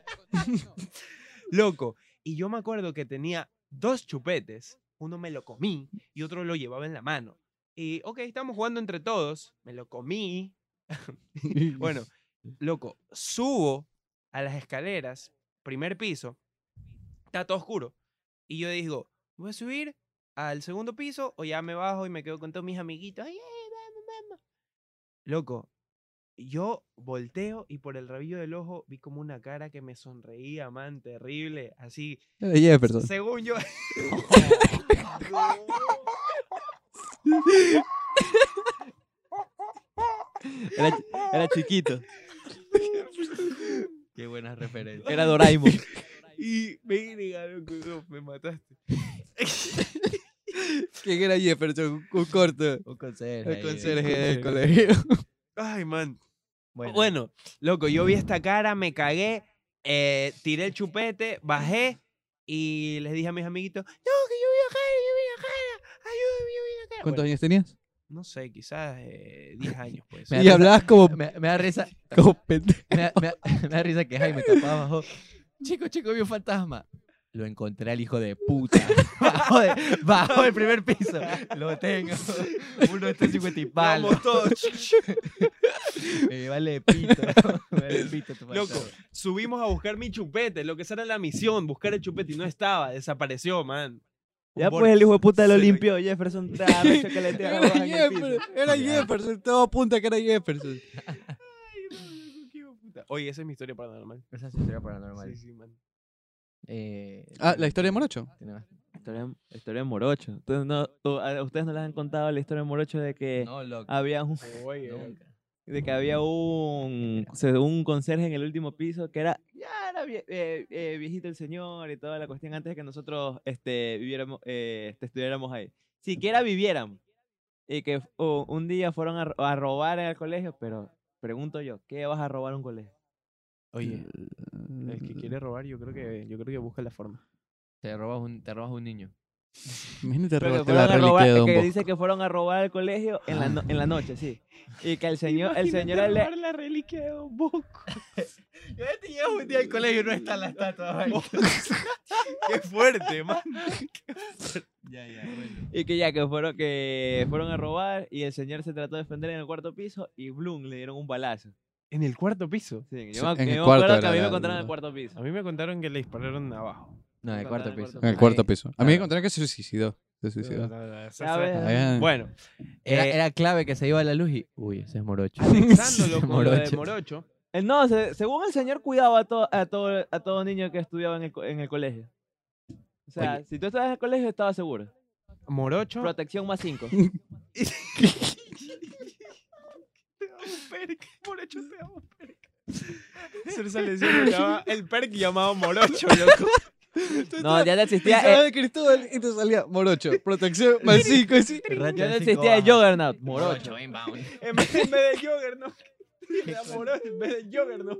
Speaker 1: Loco. Y yo me acuerdo que tenía dos chupetes. Uno me lo comí y otro lo llevaba en la mano. Y, ok, estamos jugando entre todos. Me lo comí. Bueno, loco, subo a las escaleras, primer piso. Está todo oscuro. Y yo digo, ¿voy a subir al segundo piso o ya me bajo y me quedo con todos mis amiguitos? Ay, ay, vamos, vamos. Loco, yo volteo y por el rabillo del ojo vi como una cara que me sonreía, man, terrible. Así,
Speaker 2: Era Jefferson.
Speaker 1: según yo.
Speaker 5: Era, era chiquito.
Speaker 4: Qué buenas referencias.
Speaker 5: Era Doraemon.
Speaker 1: y verga, loco, no, me mataste.
Speaker 2: ¿Quién era Jefferson? Un corto.
Speaker 4: Un consejo.
Speaker 2: El
Speaker 4: ahí,
Speaker 2: conserje
Speaker 4: ahí.
Speaker 2: del colegio.
Speaker 1: Ay, man.
Speaker 4: Bueno,
Speaker 1: Bueno, loco, yo vi esta cara, me cagué, eh, tiré el chupete, bajé y les dije a mis amiguitos, no, que yo vi a cara, yo vi a cara, ayúdame, yo vi a cara.
Speaker 2: ¿Cuántos
Speaker 1: Bueno,
Speaker 2: años tenías?
Speaker 1: No sé, quizás eh, 10 años, pues.
Speaker 4: Me
Speaker 2: Y
Speaker 4: da risa-
Speaker 2: hablabas como,
Speaker 4: me, me da risa.
Speaker 2: como pendejo.
Speaker 4: Me da, me da- me da risa que Jaime capaz bajó. Chico, chico, vi un fantasma. Lo encontré al hijo de puta. Bajó, de- bajó del primer piso. Lo tengo. Este Uno está cincuenta y palo.
Speaker 1: Vamos todos.
Speaker 4: Me vale pito. Me vale pito tu
Speaker 1: Loco,
Speaker 4: fantasma.
Speaker 1: subimos a buscar mi chupete, lo que esa era la misión, buscar el chupete y no estaba, desapareció, man.
Speaker 5: Ya
Speaker 1: Por-
Speaker 5: pues el hijo de puta lo
Speaker 1: se lo-
Speaker 5: limpió. Jefferson estaba recho que le
Speaker 2: Era
Speaker 5: tiraba abajo en el piso.
Speaker 2: Jefferson, era Jefferson, todo apunta que era Jefferson.
Speaker 1: Ay, no, loco, qué hijo de puta. Oye, esa es mi historia paranormal.
Speaker 4: Esa es historia paranormal.
Speaker 1: Sí, sí, man.
Speaker 4: Eh,
Speaker 2: Ah,
Speaker 4: tiene-
Speaker 2: la historia de Morocho.
Speaker 4: tiene más-
Speaker 5: Historia, historia de Morocho. Entonces, no, tú- a ustedes no les han contado la historia de Morocho de que
Speaker 4: No, loco.
Speaker 5: había un
Speaker 1: Oye,
Speaker 4: nunca.
Speaker 5: de que había un, se- un conserje en el último piso que era, ya era vie- eh, eh, viejito el señor y toda la cuestión antes de que nosotros este, viviéramos, eh, este, estuviéramos ahí. Siquiera viviéramos. Y que u- un día fueron a, ro- a robar en el colegio, pero pregunto yo, ¿qué vas a robar a un colegio?
Speaker 1: oye, el que
Speaker 4: mm.
Speaker 1: quiere robar, yo creo que, yo creo que busca la forma.
Speaker 4: Te robas un, te robas un niño.
Speaker 2: Imagínate
Speaker 5: Pero
Speaker 2: robarte
Speaker 5: que
Speaker 2: la
Speaker 5: fueron a robar-
Speaker 2: reliquia de Don
Speaker 5: que
Speaker 2: Bosco.
Speaker 5: dice que fueron a robar el colegio en la, no- en la noche, sí. Y que el señor, el señor
Speaker 1: Imagínate
Speaker 5: ale-
Speaker 1: robar la reliquia de Don Bosco.
Speaker 4: Yo te llevo un día al colegio y no está la estatua.
Speaker 1: Qué fuerte, man.
Speaker 4: ya, ya, bueno.
Speaker 5: Y que ya que fueron, que fueron a robar y el señor se trató de defender en el cuarto piso y Bloom le dieron un balazo.
Speaker 1: En el cuarto piso.
Speaker 5: Sí,
Speaker 2: Sí,
Speaker 5: yo me,
Speaker 2: en el
Speaker 5: yo me
Speaker 2: cuarto
Speaker 5: acuerdo que
Speaker 2: era
Speaker 5: a mí
Speaker 2: la-
Speaker 5: me encontraron en
Speaker 2: la-
Speaker 5: el cuarto piso.
Speaker 1: A mí me contaron que le dispararon abajo.
Speaker 4: No, el cuarto
Speaker 5: En el
Speaker 4: piso. Eh,
Speaker 2: En el
Speaker 5: Ahí,
Speaker 2: cuarto piso. A mí me
Speaker 4: claro.
Speaker 2: contaron que se suicidó. Se suicidó.
Speaker 5: A ver,
Speaker 2: Allá en-
Speaker 1: Bueno,
Speaker 4: Era,
Speaker 1: Eh,
Speaker 4: era clave que se iba a la luz y. Uy, ese es morocho.
Speaker 1: pensándolo con lo de
Speaker 4: Morocho.
Speaker 1: Morocho,
Speaker 5: el- Eh, no, se- según el señor cuidaba a, to- a, todo, a todo niño que estudiaba en el, co- en el colegio. O sea, si tú estabas en el colegio, estabas seguro.
Speaker 1: Morocho.
Speaker 5: Protección más 5.
Speaker 1: Te amo, Perk. Morocho, te amo, Perk. Cersa le decía que llamaba el Perk llamado Morocho, loco.
Speaker 5: No, ya no
Speaker 2: Pensaba
Speaker 5: existía. eh,
Speaker 2: de Cristóbal y te salía Morocho, protección, más cinco, así.
Speaker 5: ya no existía el Juggernaut. Morocho.
Speaker 1: En vez, en vez de Juggernaut. Era Morocho en vez de Juggernaut.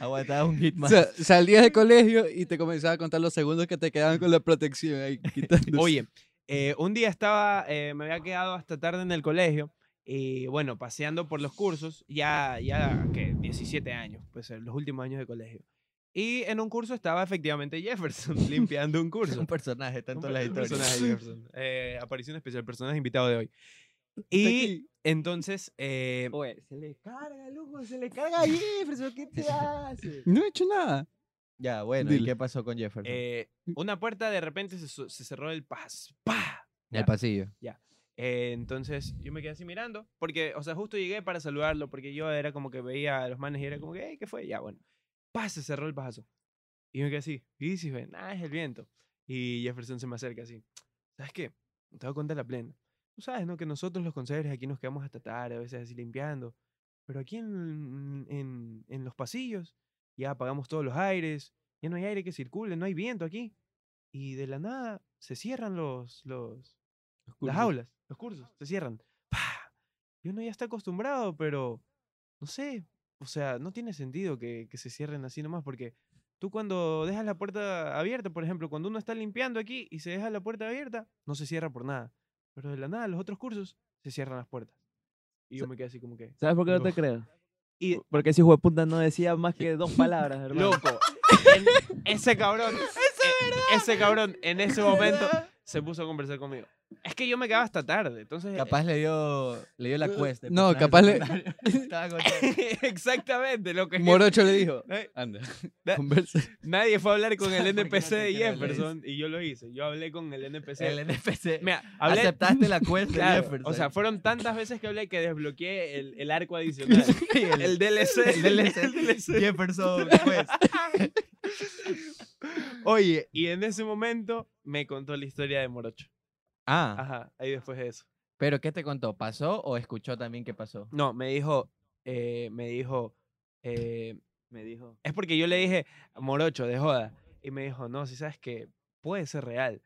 Speaker 4: Aguantaba un hit
Speaker 2: O
Speaker 4: más.
Speaker 2: sea, salías del colegio y te comenzaba a contar los segundos que te quedaban con la protección ahí quitando.
Speaker 1: Oye, eh, un día estaba, eh, me había quedado hasta tarde en el colegio y bueno, paseando por los cursos, ya, ya que 17 años, pues en los últimos años de colegio. Y en un curso estaba efectivamente Jefferson limpiando un curso.
Speaker 4: un personaje, tanto
Speaker 1: Un
Speaker 4: las
Speaker 1: per- un
Speaker 4: historias.
Speaker 1: personaje Jefferson. Eh, aparición especial, personaje invitado de hoy. Y entonces, eh,
Speaker 5: Oye, se le carga, loco, se le carga a Jefferson, ¿qué te hace?
Speaker 2: No he hecho nada.
Speaker 4: Ya, bueno, ¿y
Speaker 2: Dile.
Speaker 4: qué pasó con Jefferson?
Speaker 1: eh, una puerta de repente se, su- se cerró el pas. ¡Pah!
Speaker 4: en el
Speaker 1: ya.
Speaker 4: pasillo.
Speaker 1: Eh, entonces yo me quedé así mirando, porque, o sea, justo llegué para saludarlo, porque yo era como que veía a los manes y era como que, "Ey, ¿qué fue? Ya, bueno. Pa, se cerró el paso. Y yo me quedé así, y si fue, nada, es el viento. Y Jefferson se me acerca así, ¿sabes qué? Te voy a contar la plena. Tú sabes, ¿no? Que nosotros los consejeros aquí nos quedamos hasta tarde, a veces así limpiando, pero aquí en, en, en los pasillos ya apagamos todos los aires, ya no hay aire que circule, no hay viento aquí. Y de la nada se cierran los, los, las aulas, los cursos, se cierran. ¡Pah! Y uno ya está acostumbrado, pero no sé, o sea, no tiene sentido que, que se cierren así nomás, porque tú cuando dejas la puerta abierta, por ejemplo, cuando uno está limpiando aquí y se deja la puerta abierta, no se cierra por nada. Pero de la nada, los otros cursos se cierran las puertas. Y yo me quedé así como que.
Speaker 5: ¿Sabes por qué no te
Speaker 1: Uf.
Speaker 5: creo?
Speaker 1: Y
Speaker 5: Porque ese hijo de puta no decía más que dos palabras, hermano.
Speaker 1: loco, en- ese cabrón. e- ese cabrón en ese momento se puso a conversar conmigo. Es que yo me quedaba hasta tarde, entonces.
Speaker 4: Capaz le dio, le dio la
Speaker 1: eh,
Speaker 4: cuesta. el
Speaker 2: No,
Speaker 4: personaje
Speaker 2: capaz le-
Speaker 4: secundario. Estaba con todo.
Speaker 1: Exactamente, lo que.
Speaker 2: Morocho le dijo,
Speaker 1: Eh,
Speaker 2: anda,
Speaker 1: da-
Speaker 2: conversa.
Speaker 1: Nadie fue a hablar con el
Speaker 4: Porque
Speaker 1: NPC
Speaker 4: no
Speaker 1: de
Speaker 4: sé qué era el
Speaker 1: Jefferson y yo lo hice. Yo hablé con el NPC.
Speaker 4: El NPC.
Speaker 1: Mira, Eh, hablé.
Speaker 4: Aceptaste la cuesta de
Speaker 1: claro,
Speaker 4: Jefferson.
Speaker 1: o sea, fueron tantas veces que hablé que desbloqueé el, el arco adicional. el, DLC.
Speaker 4: el DLC.
Speaker 1: el DLC.
Speaker 4: Jefferson, pues.
Speaker 1: Oye, y en ese momento me contó la historia de Morocho.
Speaker 4: Ah,
Speaker 1: Ajá, ahí después de eso.
Speaker 4: pero ¿qué te contó? ¿Pasó o escuchó también que pasó?
Speaker 1: No, me dijo. eh, me dijo. eh,
Speaker 5: Me dijo.
Speaker 1: Es porque yo le dije, morocho, de joda. Y me dijo, no, si sabes que puede ser real.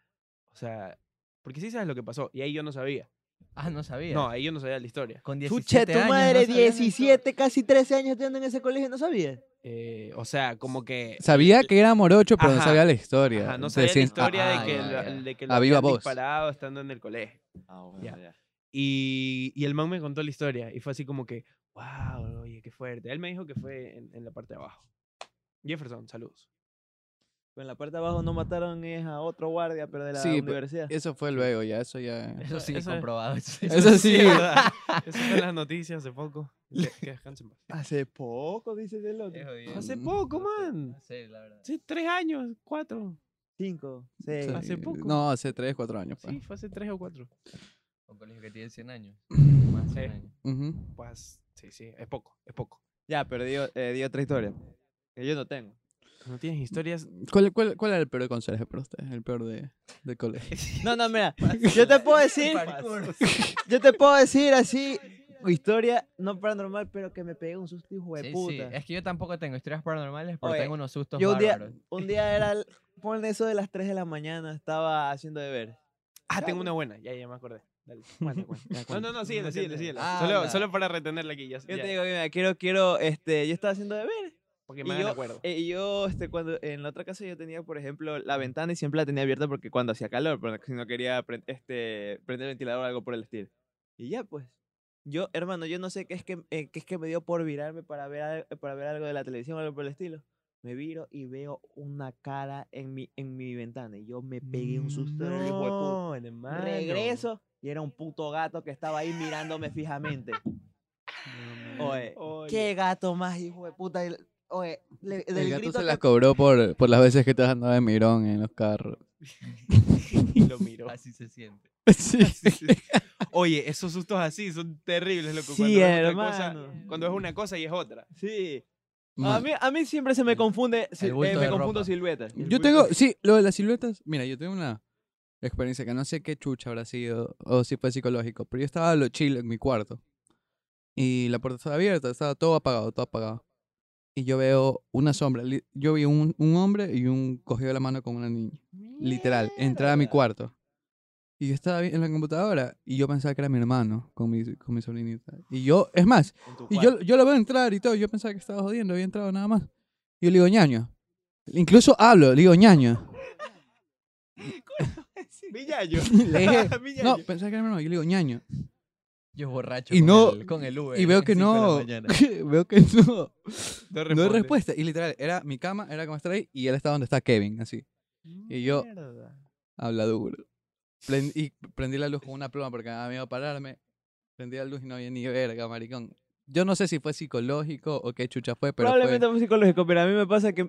Speaker 1: O sea, porque sí sabes lo que pasó. Y ahí yo no sabía.
Speaker 4: Ah, no sabía.
Speaker 1: No, ahí yo no sabía la historia.
Speaker 4: Con 17
Speaker 5: Chucha,
Speaker 4: años,
Speaker 5: tu
Speaker 4: no
Speaker 5: madre,
Speaker 4: sabían eso.
Speaker 5: 17, casi 13 años estudiando en ese colegio, ¿no sabías?
Speaker 1: Eh, o sea, como que.
Speaker 2: Sabía que era morocho, pero no
Speaker 1: Ajá,
Speaker 2: sabía la historia.
Speaker 1: Ajá, no
Speaker 2: de
Speaker 1: sabía la
Speaker 2: cien-
Speaker 1: historia
Speaker 4: Ah,
Speaker 1: de, que
Speaker 4: ya,
Speaker 1: la-
Speaker 4: ya.
Speaker 1: de que
Speaker 2: A
Speaker 1: lo
Speaker 2: viva
Speaker 1: habían
Speaker 2: voz.
Speaker 1: disparado estando en el colegio.
Speaker 5: Ah, bueno,
Speaker 1: Ya. Y, y el man me contó la historia y fue así como que, wow, oye, qué fuerte. Él me dijo que fue en, en la parte de abajo. Jefferson, saludos.
Speaker 5: Pero en la parte de abajo no mataron es a otro guardia, pero de la
Speaker 2: Sí, pero-
Speaker 5: universidad.
Speaker 2: Eso fue luego, ya, eso ya.
Speaker 4: Eso sí,
Speaker 1: Eso-
Speaker 4: comprobado. eso-
Speaker 2: Eso sí.
Speaker 1: es verdad. Esas son las noticias hace poco. Que, que descansen. paz.
Speaker 5: Hace poco, dices el
Speaker 4: Es
Speaker 5: otro.
Speaker 4: jodido.
Speaker 1: Hace
Speaker 2: Mm.
Speaker 1: poco,
Speaker 4: No sé,
Speaker 1: man.
Speaker 4: no sé, la verdad.
Speaker 1: Hace tres años, cuatro.
Speaker 5: Cinco,
Speaker 2: Sí,
Speaker 5: seis.
Speaker 1: hace poco.
Speaker 2: No, hace 3, 4 años. pues.
Speaker 1: Sí, fue hace tres o cuatro.
Speaker 4: Un colegio que tiene 100 años. Más de 100
Speaker 1: Sí.
Speaker 4: años.
Speaker 2: Ujú.
Speaker 1: Pues sí, sí, es poco, es poco.
Speaker 5: Ya, pero di, eh, di otra historia. Que yo no tengo.
Speaker 1: No tienes historias.
Speaker 5: Mm,
Speaker 2: ¿Cuál, cuál, cuál era el peor consejo para usted? El peor de, del colegio.
Speaker 5: No, no, mira. yo te puedo decir. yo te puedo decir así. Historia no paranormal, pero que me pegué un susto, hijo de
Speaker 4: Sí, sí,
Speaker 5: puta.
Speaker 4: Es que yo tampoco tengo historias paranormales, pero
Speaker 5: Oye,
Speaker 4: tengo unos sustos
Speaker 5: Yo un día,
Speaker 4: bárbaros.
Speaker 5: un día era. el- Ponle eso de las 3 de la mañana, estaba haciendo deber.
Speaker 1: Ah, tengo una buena. Ya, ya me acordé. Dale. cuenta, cuenta. No, no, no, síguele, síguele, síguele.
Speaker 4: Ah,
Speaker 1: Solo,
Speaker 4: ya.
Speaker 1: solo para retenerla aquí. Ya,
Speaker 5: Yo
Speaker 1: ya,
Speaker 5: te digo, mira, quiero, quiero, este, yo estaba haciendo deber.
Speaker 1: porque
Speaker 5: y
Speaker 1: me hagan acuerdo.
Speaker 5: Eh, Y yo, este, cuando en la otra casa yo tenía, por ejemplo, la ventana y siempre la tenía abierta porque cuando hacía calor, pero si no quería pren- este, prender el ventilador o algo por el estilo. Y ya, pues. Yo, hermano, yo no sé qué es que, eh, qué es que me dio por virarme para ver, al- para ver algo de la televisión o algo por el estilo. Me viro y veo una cara en mi, en mi ventana. Y yo me pegué un susto del hijo de puta.
Speaker 1: No, Mm, hermano.
Speaker 5: Regreso y era un puto gato que estaba ahí mirándome fijamente. Oye,
Speaker 1: Oye.
Speaker 5: qué gato más, hijo de puta. El- Oye, le-
Speaker 2: El
Speaker 5: del
Speaker 2: gato
Speaker 5: grito
Speaker 2: se
Speaker 5: que-
Speaker 2: las cobró por, por las veces que te has andado de mirón en los carros.
Speaker 1: Y lo miro.
Speaker 4: Así se siente.
Speaker 2: Sí.
Speaker 5: Ah,
Speaker 1: Oye, esos sustos así son terribles, loco. cuando
Speaker 5: Sí,
Speaker 1: es otra cosa-
Speaker 5: hermano.
Speaker 1: cuando es una cosa y es otra.
Speaker 5: Sí. A
Speaker 2: Man,
Speaker 5: mí, a mí siempre se me confunde, si- eh,
Speaker 4: bulto
Speaker 5: me
Speaker 4: de
Speaker 5: confundo
Speaker 4: ropa.
Speaker 5: siluetas.
Speaker 1: el
Speaker 2: Yo
Speaker 1: bulto-
Speaker 2: tengo, sí, lo de las siluetas. Mira, yo tengo una experiencia que no sé qué chucha habrá sido o si fue psicológico, pero yo estaba lo chill en mi cuarto y la puerta estaba abierta, estaba todo apagado, todo apagado. Y yo veo una sombra. li- Yo vi un, un hombre y un cogido de la mano con una niña. Literal, entraba a mi
Speaker 5: Mierda.
Speaker 2: cuarto. Y yo estaba vi- en la computadora y yo pensaba que era mi hermano con mi, con mi sobrinita. Y yo, es más,
Speaker 1: En tu
Speaker 2: y
Speaker 1: cuarto.
Speaker 2: yo, yo lo veo entrar y todo, yo pensaba que estaba jodiendo, había entrado nada más. Y yo le digo, ñaño. Incluso hablo, le digo, ñaño.
Speaker 1: Villayo.
Speaker 2: Le dije, no,
Speaker 1: Villayo.
Speaker 2: pensaba que era mi hermano. Yo le digo, ñaño.
Speaker 4: Yo borracho
Speaker 2: Y
Speaker 4: con,
Speaker 2: no-
Speaker 4: el, con el Uber.
Speaker 2: Y veo que no, veo que no, no hay
Speaker 1: responde.
Speaker 2: respuesta. Y literal, era mi cama, era como estar ahí y él estaba donde está Kevin, así. Y yo-
Speaker 1: Mierda.
Speaker 2: Habla duro. Plen- y prendí la luz con una pluma porque me daba miedo pararme. Prendí la luz y no había ni verga, maricón. Yo no sé si fue psicológico o qué chucha fue, pero
Speaker 5: Probablemente
Speaker 2: fue...
Speaker 5: fue psicológico, pero a mí me pasa que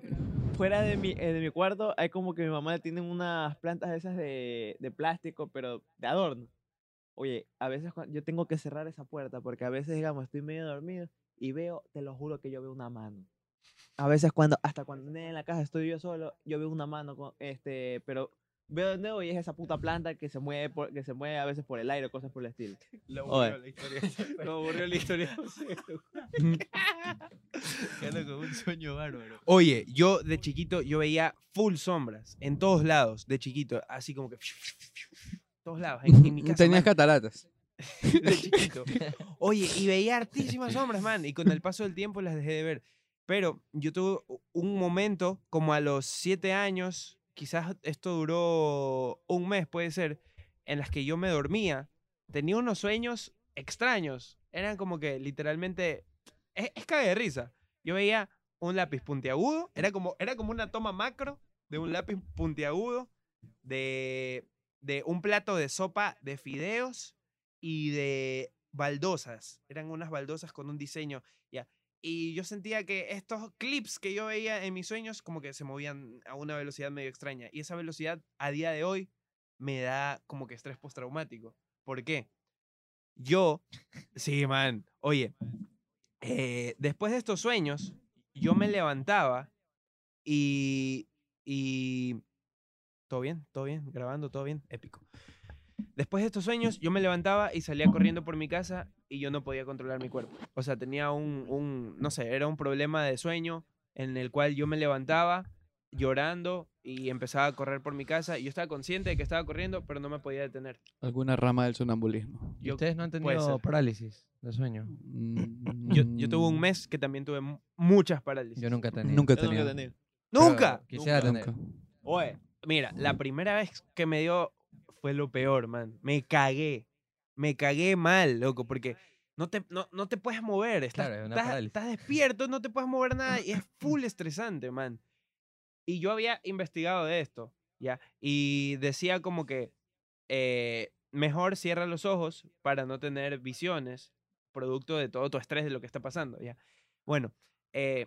Speaker 5: fuera de mi, eh, de mi cuarto hay como que mi mamá tiene unas plantas de esas de, de plástico, pero de adorno. Oye, a veces cuan- yo tengo que cerrar esa puerta porque a veces, digamos, estoy medio dormido y veo, te lo juro que yo veo una mano. A veces cuando, hasta cuando en la casa estoy yo solo, yo veo una mano, con, este, pero veo de nuevo y es esa puta planta que se mueve, por- que se mueve a veces por el aire, cosas por el estilo.
Speaker 1: Lo
Speaker 5: Oye.
Speaker 1: aburrió la historia. Lo aburrió la historia.
Speaker 4: Quedando con un sueño bárbaro.
Speaker 1: Oye, yo de chiquito yo veía full sombras en todos lados, de chiquito, así como que todos lados en, en mi casa.
Speaker 2: Tenías
Speaker 1: man.
Speaker 2: cataratas.
Speaker 1: de chiquito. Oye, y veía hartísimas sombras, man. Y con el paso del tiempo las dejé de ver. Pero yo tuve u- un momento, como a los siete años, quizás esto duró un mes, puede ser, en las que yo me dormía. Tenía unos sueños extraños. Eran como que literalmente. Es, es cague de risa. Yo veía un lápiz puntiagudo. Era como, era como una toma macro de un lápiz puntiagudo, de, de un plato de sopa de fideos y de baldosas. Eran unas baldosas con un diseño. Ya. Y yo sentía que estos clips que yo veía en mis sueños como que se movían a una velocidad medio extraña. Y esa velocidad a día de hoy me da como que estrés postraumático. ¿Por qué? Yo, sí, man, oye, eh, después de estos sueños, yo me levantaba y... y todo bien, todo bien, grabando, todo bien, épico. Después de estos sueños, yo me levantaba y salía corriendo por mi casa y yo no podía controlar mi cuerpo. O sea, tenía un, un no sé, era un problema de sueño en el cual yo me levantaba llorando y empezaba a correr por mi casa. Y yo estaba consciente de que estaba corriendo, pero no me podía detener.
Speaker 2: Alguna rama del sonambulismo.
Speaker 1: Yo,
Speaker 4: ¿Ustedes no han
Speaker 1: puede
Speaker 4: tenido
Speaker 1: ser.
Speaker 4: parálisis de sueño?
Speaker 2: Mm,
Speaker 1: yo, yo tuve un mes que también tuve mu- muchas parálisis.
Speaker 4: Mm. Yo nunca he tenido.
Speaker 2: Nunca he
Speaker 5: Yo nunca he
Speaker 2: tenido.
Speaker 5: tenido.
Speaker 1: ¡Nunca!
Speaker 4: Pero Quisiera
Speaker 1: Nunca.
Speaker 4: tener.
Speaker 2: Nunca.
Speaker 5: Oye,
Speaker 1: Mira, la primera vez que me dio fue lo peor, man. Me cagué. Me cagué mal, loco, porque no te, no, no te puedes mover. Estás,
Speaker 4: Claro, es una
Speaker 1: estás-
Speaker 4: parálisis.
Speaker 1: estás despierto, no te puedes mover nada y es full estresante, man. Y yo había investigado de esto, ¿ya? Y decía como que eh, mejor cierra los ojos para no tener visiones, producto de todo tu estrés de lo que está pasando, ¿ya? Bueno, eh,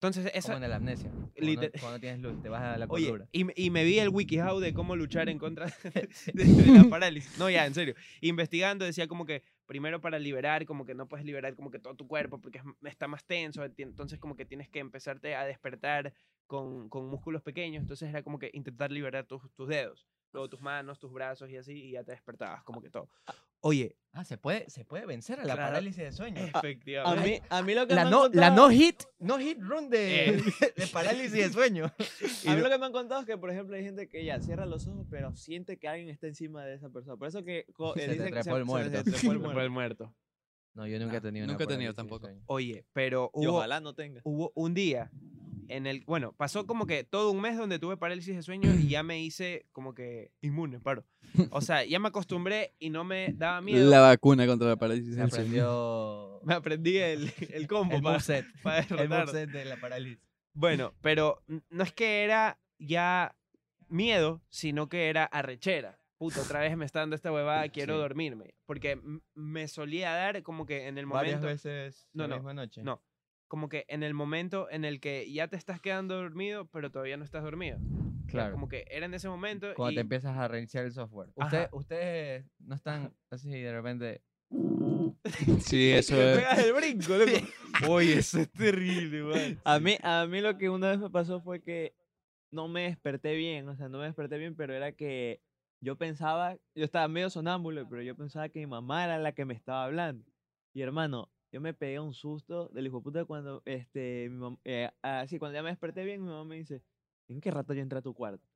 Speaker 1: entonces
Speaker 4: Como
Speaker 1: esa,
Speaker 4: en la amnesia. Cuando,
Speaker 1: Liter-
Speaker 4: no- cuando tienes luz, te vas a la
Speaker 1: Oye,
Speaker 4: cordura.
Speaker 1: y, me- y me vi el WikiHow de cómo luchar en contra de, de la parálisis. No, ya, en serio. Investigando decía como que primero para liberar, como que no puedes liberar como que todo tu cuerpo porque es m- está más tenso, enti- entonces como que tienes que empezarte a despertar con, con músculos pequeños, entonces era como que intentar liberar tus, tus dedos, luego tus manos, tus brazos y así, y ya te despertabas, como que todo. Oye,
Speaker 4: Ah, se puede, se puede vencer a la
Speaker 1: Claro. Eh,
Speaker 4: parálisis de sueño.
Speaker 5: a
Speaker 1: efectivamente.
Speaker 5: mí, a mí lo que
Speaker 4: La
Speaker 5: me han
Speaker 4: no, la
Speaker 5: contado-
Speaker 4: no hit, no hit run
Speaker 1: Eh.
Speaker 4: de, de parálisis de sueño.
Speaker 5: A mí lo que me han contado es que, por ejemplo, hay gente que ya cierra los ojos, pero siente que alguien está encima de esa persona. Por eso que co-
Speaker 4: Se
Speaker 5: eh,
Speaker 4: te
Speaker 5: dicen que
Speaker 4: trepó el muerto.
Speaker 5: Se, te trepó
Speaker 1: Fue
Speaker 5: el muerto.
Speaker 1: el muerto.
Speaker 4: No, yo nunca he tenido una
Speaker 2: nunca he tenido
Speaker 4: parálisis de
Speaker 2: tampoco.
Speaker 4: sueño.
Speaker 1: Oye, pero
Speaker 5: Y
Speaker 1: hubo,
Speaker 5: ojalá no tenga.
Speaker 1: hubo un día en el, bueno, pasó como que todo un mes donde tuve parálisis de sueño y ya me hice como que inmune, paro. O sea, ya me acostumbré y no me daba miedo.
Speaker 2: La vacuna contra la parálisis.
Speaker 4: Se
Speaker 2: del sueño.
Speaker 4: aprendió
Speaker 1: Me aprendí el, el combo
Speaker 4: el
Speaker 1: para,
Speaker 4: moveset.
Speaker 1: para
Speaker 4: El
Speaker 1: derrotar.
Speaker 4: moveset de la parálisis.
Speaker 1: Bueno, pero n- no es que era ya miedo, sino que era arrechera. Puta, otra vez me está dando esta huevada, quiero
Speaker 4: Sí.
Speaker 1: dormirme. Porque m- me solía dar como que en el
Speaker 4: Varias
Speaker 1: momento...
Speaker 4: veces
Speaker 1: No,
Speaker 4: la
Speaker 1: no,
Speaker 4: misma noche.
Speaker 1: no. como que en el momento en el que ya te estás quedando dormido, pero todavía no estás dormido. Era
Speaker 4: Claro.
Speaker 1: Como que era en ese momento.
Speaker 4: Cuando
Speaker 1: y
Speaker 4: te empiezas a reiniciar el software.
Speaker 1: Ajá.
Speaker 4: Ustedes, ustedes no están así de repente.
Speaker 2: Sí, eso
Speaker 1: le
Speaker 2: es.
Speaker 1: pegas el brinco, loco. Oye, eso es terrible, man.
Speaker 5: A mí, a mí lo que una vez me pasó fue que no me desperté bien, o sea, no me desperté bien, pero era que yo pensaba, yo estaba medio sonámbulo, pero yo pensaba que mi mamá era la que me estaba hablando. Y hermano, yo me pegué un susto del hijo de puta cuando, este, mi mam- eh, así, cuando ya me desperté bien, mi mamá me dice, ¿en qué rato yo entré a tu cuarto?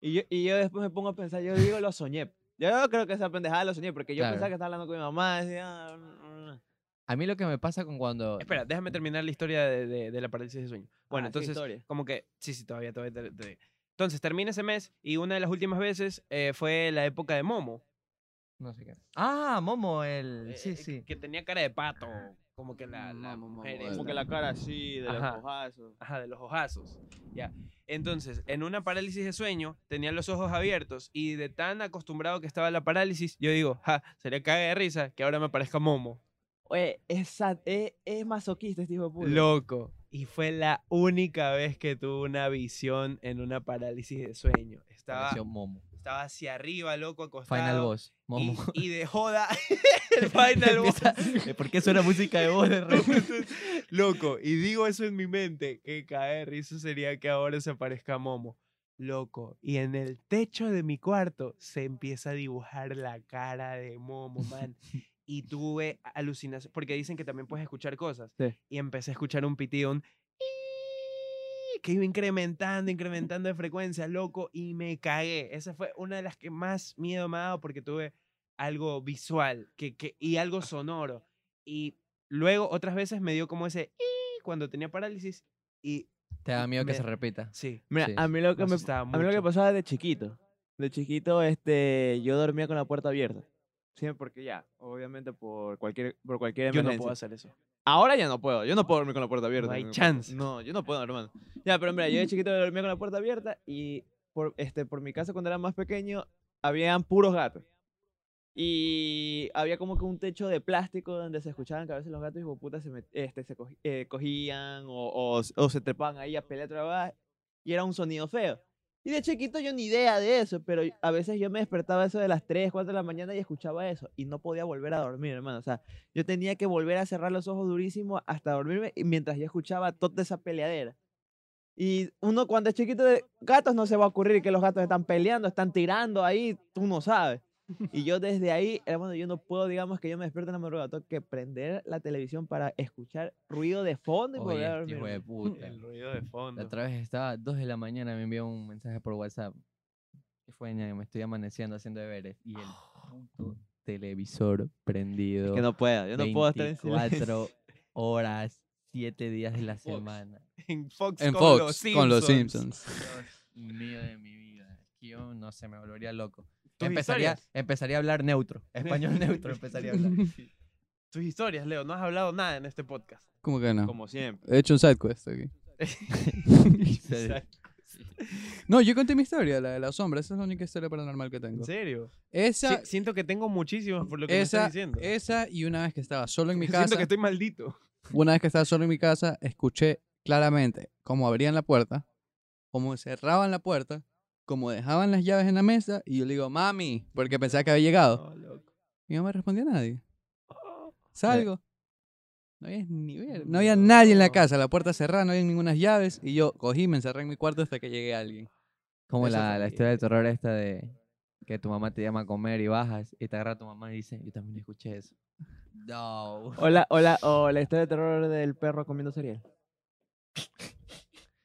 Speaker 5: Y yo, y yo después me pongo a pensar, yo digo, lo soñé. Yo creo que esa pendejada lo soñé, porque yo
Speaker 4: Claro.
Speaker 5: pensaba que estaba hablando con mi mamá, decía, "Ah, mm, mm".
Speaker 4: A mí lo que me pasa con cuando.
Speaker 1: Espera, déjame terminar la historia de, de- de la parálisis de sueño. Bueno,
Speaker 5: Ah, sí,
Speaker 1: entonces,
Speaker 5: historia.
Speaker 1: como que. Sí, sí, todavía, todavía. todavía, todavía. Entonces, termina ese mes y una de las últimas veces eh, fue la época de Momo.
Speaker 4: No sé qué. Ah, Momo, el.
Speaker 1: eh,
Speaker 4: Sí,
Speaker 1: eh,
Speaker 4: sí.
Speaker 1: Que tenía cara de pato. Como que la. la
Speaker 2: Momo,
Speaker 1: mujer
Speaker 2: Momo,
Speaker 1: esta.
Speaker 5: como que la cara así, de los
Speaker 1: Ajá.
Speaker 5: ojazos.
Speaker 1: Ajá, de los ojazos. Ya. Entonces, en una parálisis de sueño, tenía los ojos abiertos y de tan acostumbrado que estaba a la parálisis, yo digo, ja, sería caga de risa que ahora me parezca Momo.
Speaker 5: Oye, es, sad- es, es masoquista este hijo de puta.
Speaker 1: Loco. Y fue la única vez que tuve una visión en una parálisis de sueño. Estaba,
Speaker 4: Pareció Momo.
Speaker 1: estaba hacia arriba, loco, acostado.
Speaker 4: Final Boss.
Speaker 1: Y,
Speaker 4: Momo.
Speaker 1: y de joda, el final boss.
Speaker 4: Empieza- ¿Por qué suena música de voz de repente?
Speaker 1: Loco, y digo eso en mi mente, que caer risa sería que ahora se parezca a Momo. Loco, y en el techo de mi cuarto se empieza a dibujar la cara de Momo, man. Y tuve alucinaciones, porque dicen que también puedes escuchar cosas.
Speaker 5: Sí.
Speaker 1: Y empecé a escuchar un pitido, un que iba incrementando, incrementando de frecuencia, loco, y me cagué. Esa fue una de las que más miedo me ha dado porque tuve algo visual que, que, y algo sonoro. Y luego otras veces me dio como ese "Ih", cuando tenía parálisis y
Speaker 4: Te da miedo que
Speaker 1: Me-
Speaker 4: se repita.
Speaker 1: sí.
Speaker 5: Mira,
Speaker 4: Sí,
Speaker 5: a mí lo
Speaker 1: me
Speaker 5: que me,
Speaker 1: asustaba
Speaker 5: a mí lo que
Speaker 1: mucho.
Speaker 5: pasaba de chiquito. De chiquito, este, yo dormía con la puerta abierta. Siempre porque ya, obviamente por cualquier, por cualquier
Speaker 1: Yo no
Speaker 5: emergencia.
Speaker 1: puedo hacer eso.
Speaker 5: Ahora ya no puedo, yo no puedo dormir con la puerta abierta.
Speaker 1: hay
Speaker 5: mi papá.
Speaker 1: chance.
Speaker 5: No, yo no puedo, hermano. Ya, pero mira, yo de chiquito dormía con la puerta abierta y por, este, por mi casa cuando era más pequeño, habían puros gatos. Y había como que un techo de plástico donde se escuchaban que a veces los gatos hijo de puta, se, met- este, se cogi- eh, cogían o, o, s- o se trepaban ahí a pelear otra vez, y era un sonido feo. Y de chiquito yo ni idea de eso, pero a veces yo me despertaba eso de las 3, 4 de la mañana y escuchaba eso y no podía volver a dormir, hermano. O sea, yo tenía que volver a cerrar los ojos durísimo hasta dormirme y mientras yo escuchaba toda esa peleadera. Y uno cuando es chiquito de gatos no se va a ocurrir que los gatos están peleando, están tirando ahí, tú no sabes. Y yo desde ahí, eh, bueno, yo no puedo, digamos, que yo me despierto en la madrugada, tengo que prender la televisión para escuchar ruido de fondo y
Speaker 4: Oye,
Speaker 5: poder
Speaker 4: este
Speaker 5: dormir.
Speaker 4: hijo de puta.
Speaker 1: El ruido de
Speaker 4: La
Speaker 1: fondo.
Speaker 4: otra vez estaba a 2 de la mañana, me envió un mensaje por WhatsApp. ¿Qué fue, ñaño? Me estoy amaneciendo haciendo deberes. Y el puto televisor prendido.
Speaker 5: Que no puedo, yo no puedo estar en silencio.
Speaker 4: 24 horas, 7 días de la
Speaker 2: Fox.
Speaker 4: semana.
Speaker 1: En Fox,
Speaker 2: En
Speaker 1: con, los
Speaker 2: Fox,
Speaker 1: Simpsons.
Speaker 2: con los Simpsons.
Speaker 4: Dios mío de mi vida. que Yo no sé, me volvería loco.
Speaker 1: Tus
Speaker 4: Empezaría,
Speaker 1: historias.
Speaker 4: empezaría a hablar neutro. Español neutro empezaría a hablar.
Speaker 1: Tus historias, Leo. No has hablado nada en este podcast.
Speaker 2: ¿Cómo que no?
Speaker 5: Como siempre.
Speaker 2: He hecho un side quest aquí.
Speaker 4: Sí.
Speaker 2: No, yo conté mi historia, la de la sombra. Esa es la única historia paranormal que tengo.
Speaker 1: ¿En serio? Si-
Speaker 2: Esa,
Speaker 1: siento que tengo muchísimas por lo que me
Speaker 2: esa,
Speaker 1: estás diciendo.
Speaker 2: esa y una vez que estaba solo en mi casa.
Speaker 1: Siento que estoy maldito.
Speaker 2: Una vez que estaba solo en mi casa, escuché claramente cómo abrían la puerta, cómo cerraban la puerta, cómo dejaban las llaves en la mesa y yo le digo, mami, porque pensaba que había llegado.
Speaker 1: No, loco.
Speaker 2: Y no me respondió nadie. Salgo. No había, ni ver- no había nadie en la
Speaker 1: No.
Speaker 2: casa, la puerta cerrada, no había ninguna llaves y yo cogí, me encerré en mi cuarto hasta que llegue alguien.
Speaker 4: Como
Speaker 2: Eso
Speaker 4: la,
Speaker 2: fue-
Speaker 4: la historia de terror esta de que tu mamá te llama a comer y bajas y te agarra tu mamá y dice, yo también escuché eso. No.
Speaker 5: Hola, hola, o la historia de terror del perro comiendo cereal.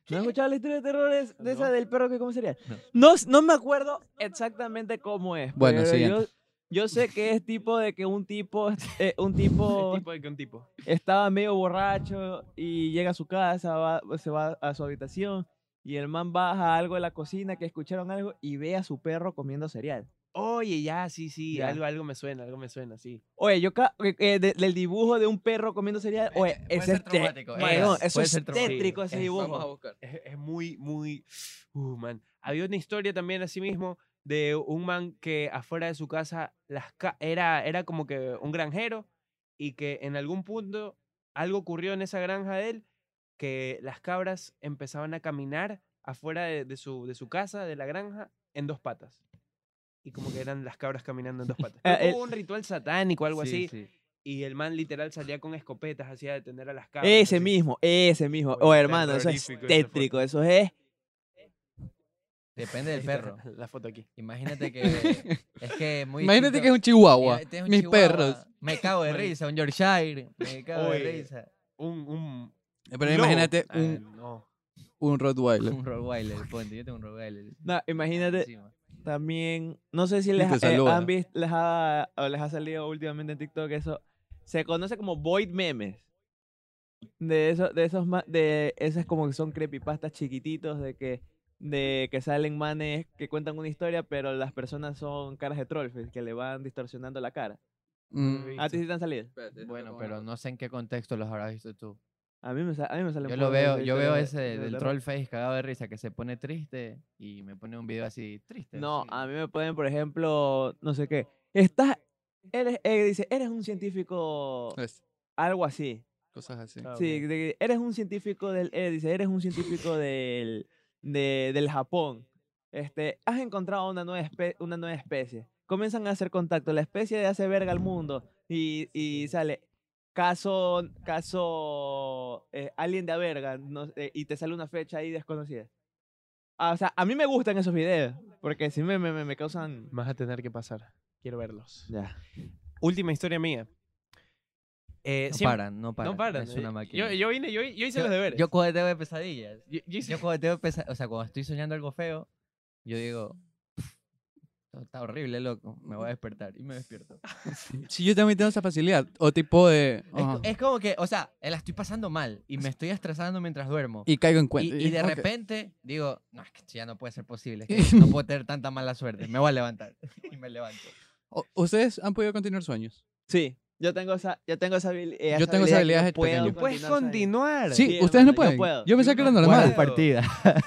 Speaker 5: ¿No has escuchado la historia de terror es- de, esa
Speaker 1: No.
Speaker 5: del perro que come cereal?
Speaker 4: No.
Speaker 5: No, s- no me acuerdo exactamente cómo es.
Speaker 2: Bueno,
Speaker 5: pero yo,
Speaker 2: siguiente.
Speaker 5: yo sé que es tipo de que un tipo, eh, un tipo
Speaker 1: tipo de que un tipo?
Speaker 5: estaba medio borracho y llega a su casa, va- se va a su habitación y el man baja algo de la cocina que escucharon algo y ve a su perro comiendo cereal.
Speaker 1: Oye, ya, sí, sí.
Speaker 5: Ya.
Speaker 1: Algo, algo me suena, algo me suena, sí.
Speaker 5: Oye, yo ca- eh, eh, de- del dibujo de un perro comiendo cereal, oye,
Speaker 4: Eh, puede
Speaker 5: ese
Speaker 4: ser
Speaker 5: es te-
Speaker 4: traumático, es-
Speaker 5: Maricón, eso
Speaker 4: puede
Speaker 5: es
Speaker 4: ser traumático.
Speaker 5: tétrico ese
Speaker 4: Es-
Speaker 5: dibujo.
Speaker 4: vamos a
Speaker 2: buscar.
Speaker 1: Es, es muy, muy. Uh, man. Había una historia también, así mismo, de un man que afuera de su casa las ca- era, era como que un granjero y que en algún punto algo ocurrió en esa granja de él que las cabras empezaban a caminar afuera de, de su, de su casa, de la granja, en dos patas. Y como que eran las cabras caminando en dos patas.
Speaker 5: Ah,
Speaker 1: Creo que
Speaker 5: el-
Speaker 1: Hubo un ritual satánico, algo
Speaker 4: Sí,
Speaker 1: así,
Speaker 4: sí.
Speaker 1: y el man literal salía con escopetas, hacía detener a las cabras.
Speaker 5: Ese
Speaker 1: así.
Speaker 5: mismo, ese mismo.
Speaker 1: Oye,
Speaker 5: Oh,
Speaker 1: está
Speaker 5: hermano, eso es
Speaker 1: terrorífico esa foto.
Speaker 5: tétrico, eso es. eh,
Speaker 4: Depende del
Speaker 1: Ahí está,
Speaker 4: perro.
Speaker 1: La foto aquí.
Speaker 4: Imagínate que... Es que muy
Speaker 2: Imagínate que es
Speaker 4: distinto.
Speaker 2: un chihuahua.
Speaker 4: Mira, tienes un
Speaker 2: mis
Speaker 4: chihuahua,
Speaker 2: perros.
Speaker 4: Me cago de
Speaker 1: Marico.
Speaker 4: risa, un Yorkshire. Me cago de
Speaker 1: Oye.
Speaker 4: risa.
Speaker 1: Un, un,
Speaker 2: Eh, Pero
Speaker 1: lobo.
Speaker 2: imagínate
Speaker 1: Ah,
Speaker 2: un,
Speaker 1: no.
Speaker 2: un Rottweiler. Mm.
Speaker 4: Un Rottweiler, ponte. Yo tengo un Rottweiler.
Speaker 5: No, imagínate
Speaker 4: encima.
Speaker 5: también, no sé si
Speaker 2: Y
Speaker 5: les,
Speaker 2: te
Speaker 5: eh,
Speaker 2: saluda.
Speaker 5: han visto, les ha, o les ha salido últimamente en TikTok eso. Se conoce como void memes. De esos, de esos, ma- de esas como que son creepypastas chiquititos de que, de que salen manes que cuentan una historia, pero las personas son caras de troll pues, que le van distorsionando la cara.
Speaker 2: Mm.
Speaker 5: ¿A ti sí te han salido?
Speaker 4: Bueno, pero no sé en qué contexto los habrás visto tú.
Speaker 5: A mí me, sa- a mí me salen
Speaker 4: Yo lo
Speaker 5: puras de
Speaker 4: veo,
Speaker 5: esas
Speaker 4: yo veo
Speaker 5: historias
Speaker 4: ese
Speaker 5: de- de
Speaker 4: del
Speaker 5: terror.
Speaker 4: troll face cagado de risa que se pone triste y me pone un video así triste.
Speaker 5: No,
Speaker 4: así.
Speaker 5: a mí me pueden, por ejemplo, no sé qué. Estás, eres, eh, dice, eres un científico,
Speaker 2: Es-
Speaker 5: algo así.
Speaker 2: cosas así.
Speaker 1: Ah, ok.
Speaker 5: Sí, de que eres un científico del, eh, dice, eres un científico del, de- del Japón. Este, has encontrado una nueva, espe- una nueva especie. Comienzan a hacer contacto. La especie hace verga al mundo y, y sale caso, caso eh, alien de a verga no- eh, y te sale una fecha ahí desconocida. Ah, o sea, a mí me gustan esos videos porque sí me, me, me- me causan...
Speaker 1: Vas a tener que pasar. Quiero verlos.
Speaker 5: Ya.
Speaker 1: Última historia mía. Eh,
Speaker 4: No
Speaker 1: siem-
Speaker 4: paran, no paran.
Speaker 1: No paran.
Speaker 4: Es una
Speaker 1: eh,
Speaker 4: máquina.
Speaker 1: yo, yo vine, yo, yo hice
Speaker 4: Yo-
Speaker 1: los deberes.
Speaker 4: Yo coheteo de pesadillas.
Speaker 1: Yo- yo hice-
Speaker 4: Yo coheteo pesadillas. O sea, cuando estoy soñando algo feo, yo digo, "Pff, esto está horrible, loco. Me voy a despertar. Y me despierto.
Speaker 2: Sí, yo también tengo esa facilidad. O tipo de. oh,
Speaker 4: Es, co-
Speaker 2: ajá,
Speaker 4: es como que, o sea, eh, la estoy pasando mal y me estoy estresando mientras duermo. Y,
Speaker 2: y caigo en cuenta.
Speaker 4: y de
Speaker 2: ok.
Speaker 4: repente digo, no, es que esto ya no puede ser posible. es que no puedo tener tanta mala suerte. Me voy a levantar. Y me levanto.
Speaker 2: O- ¿Ustedes han podido continuar sueños?
Speaker 5: Sí, yo tengo esa, yo tengo esa habili- eh,
Speaker 2: Yo tengo esa habilidad desde
Speaker 5: puedo
Speaker 2: pequeño.
Speaker 1: Puedes
Speaker 5: sabiendo.
Speaker 1: continuar.
Speaker 2: Sí,
Speaker 5: Sí,
Speaker 2: ustedes
Speaker 5: hermano,
Speaker 2: no
Speaker 5: yo
Speaker 2: pueden.
Speaker 5: puedo.
Speaker 2: Yo pensaba
Speaker 1: Yo
Speaker 2: que era
Speaker 1: no
Speaker 2: normal.
Speaker 1: puedo. partida.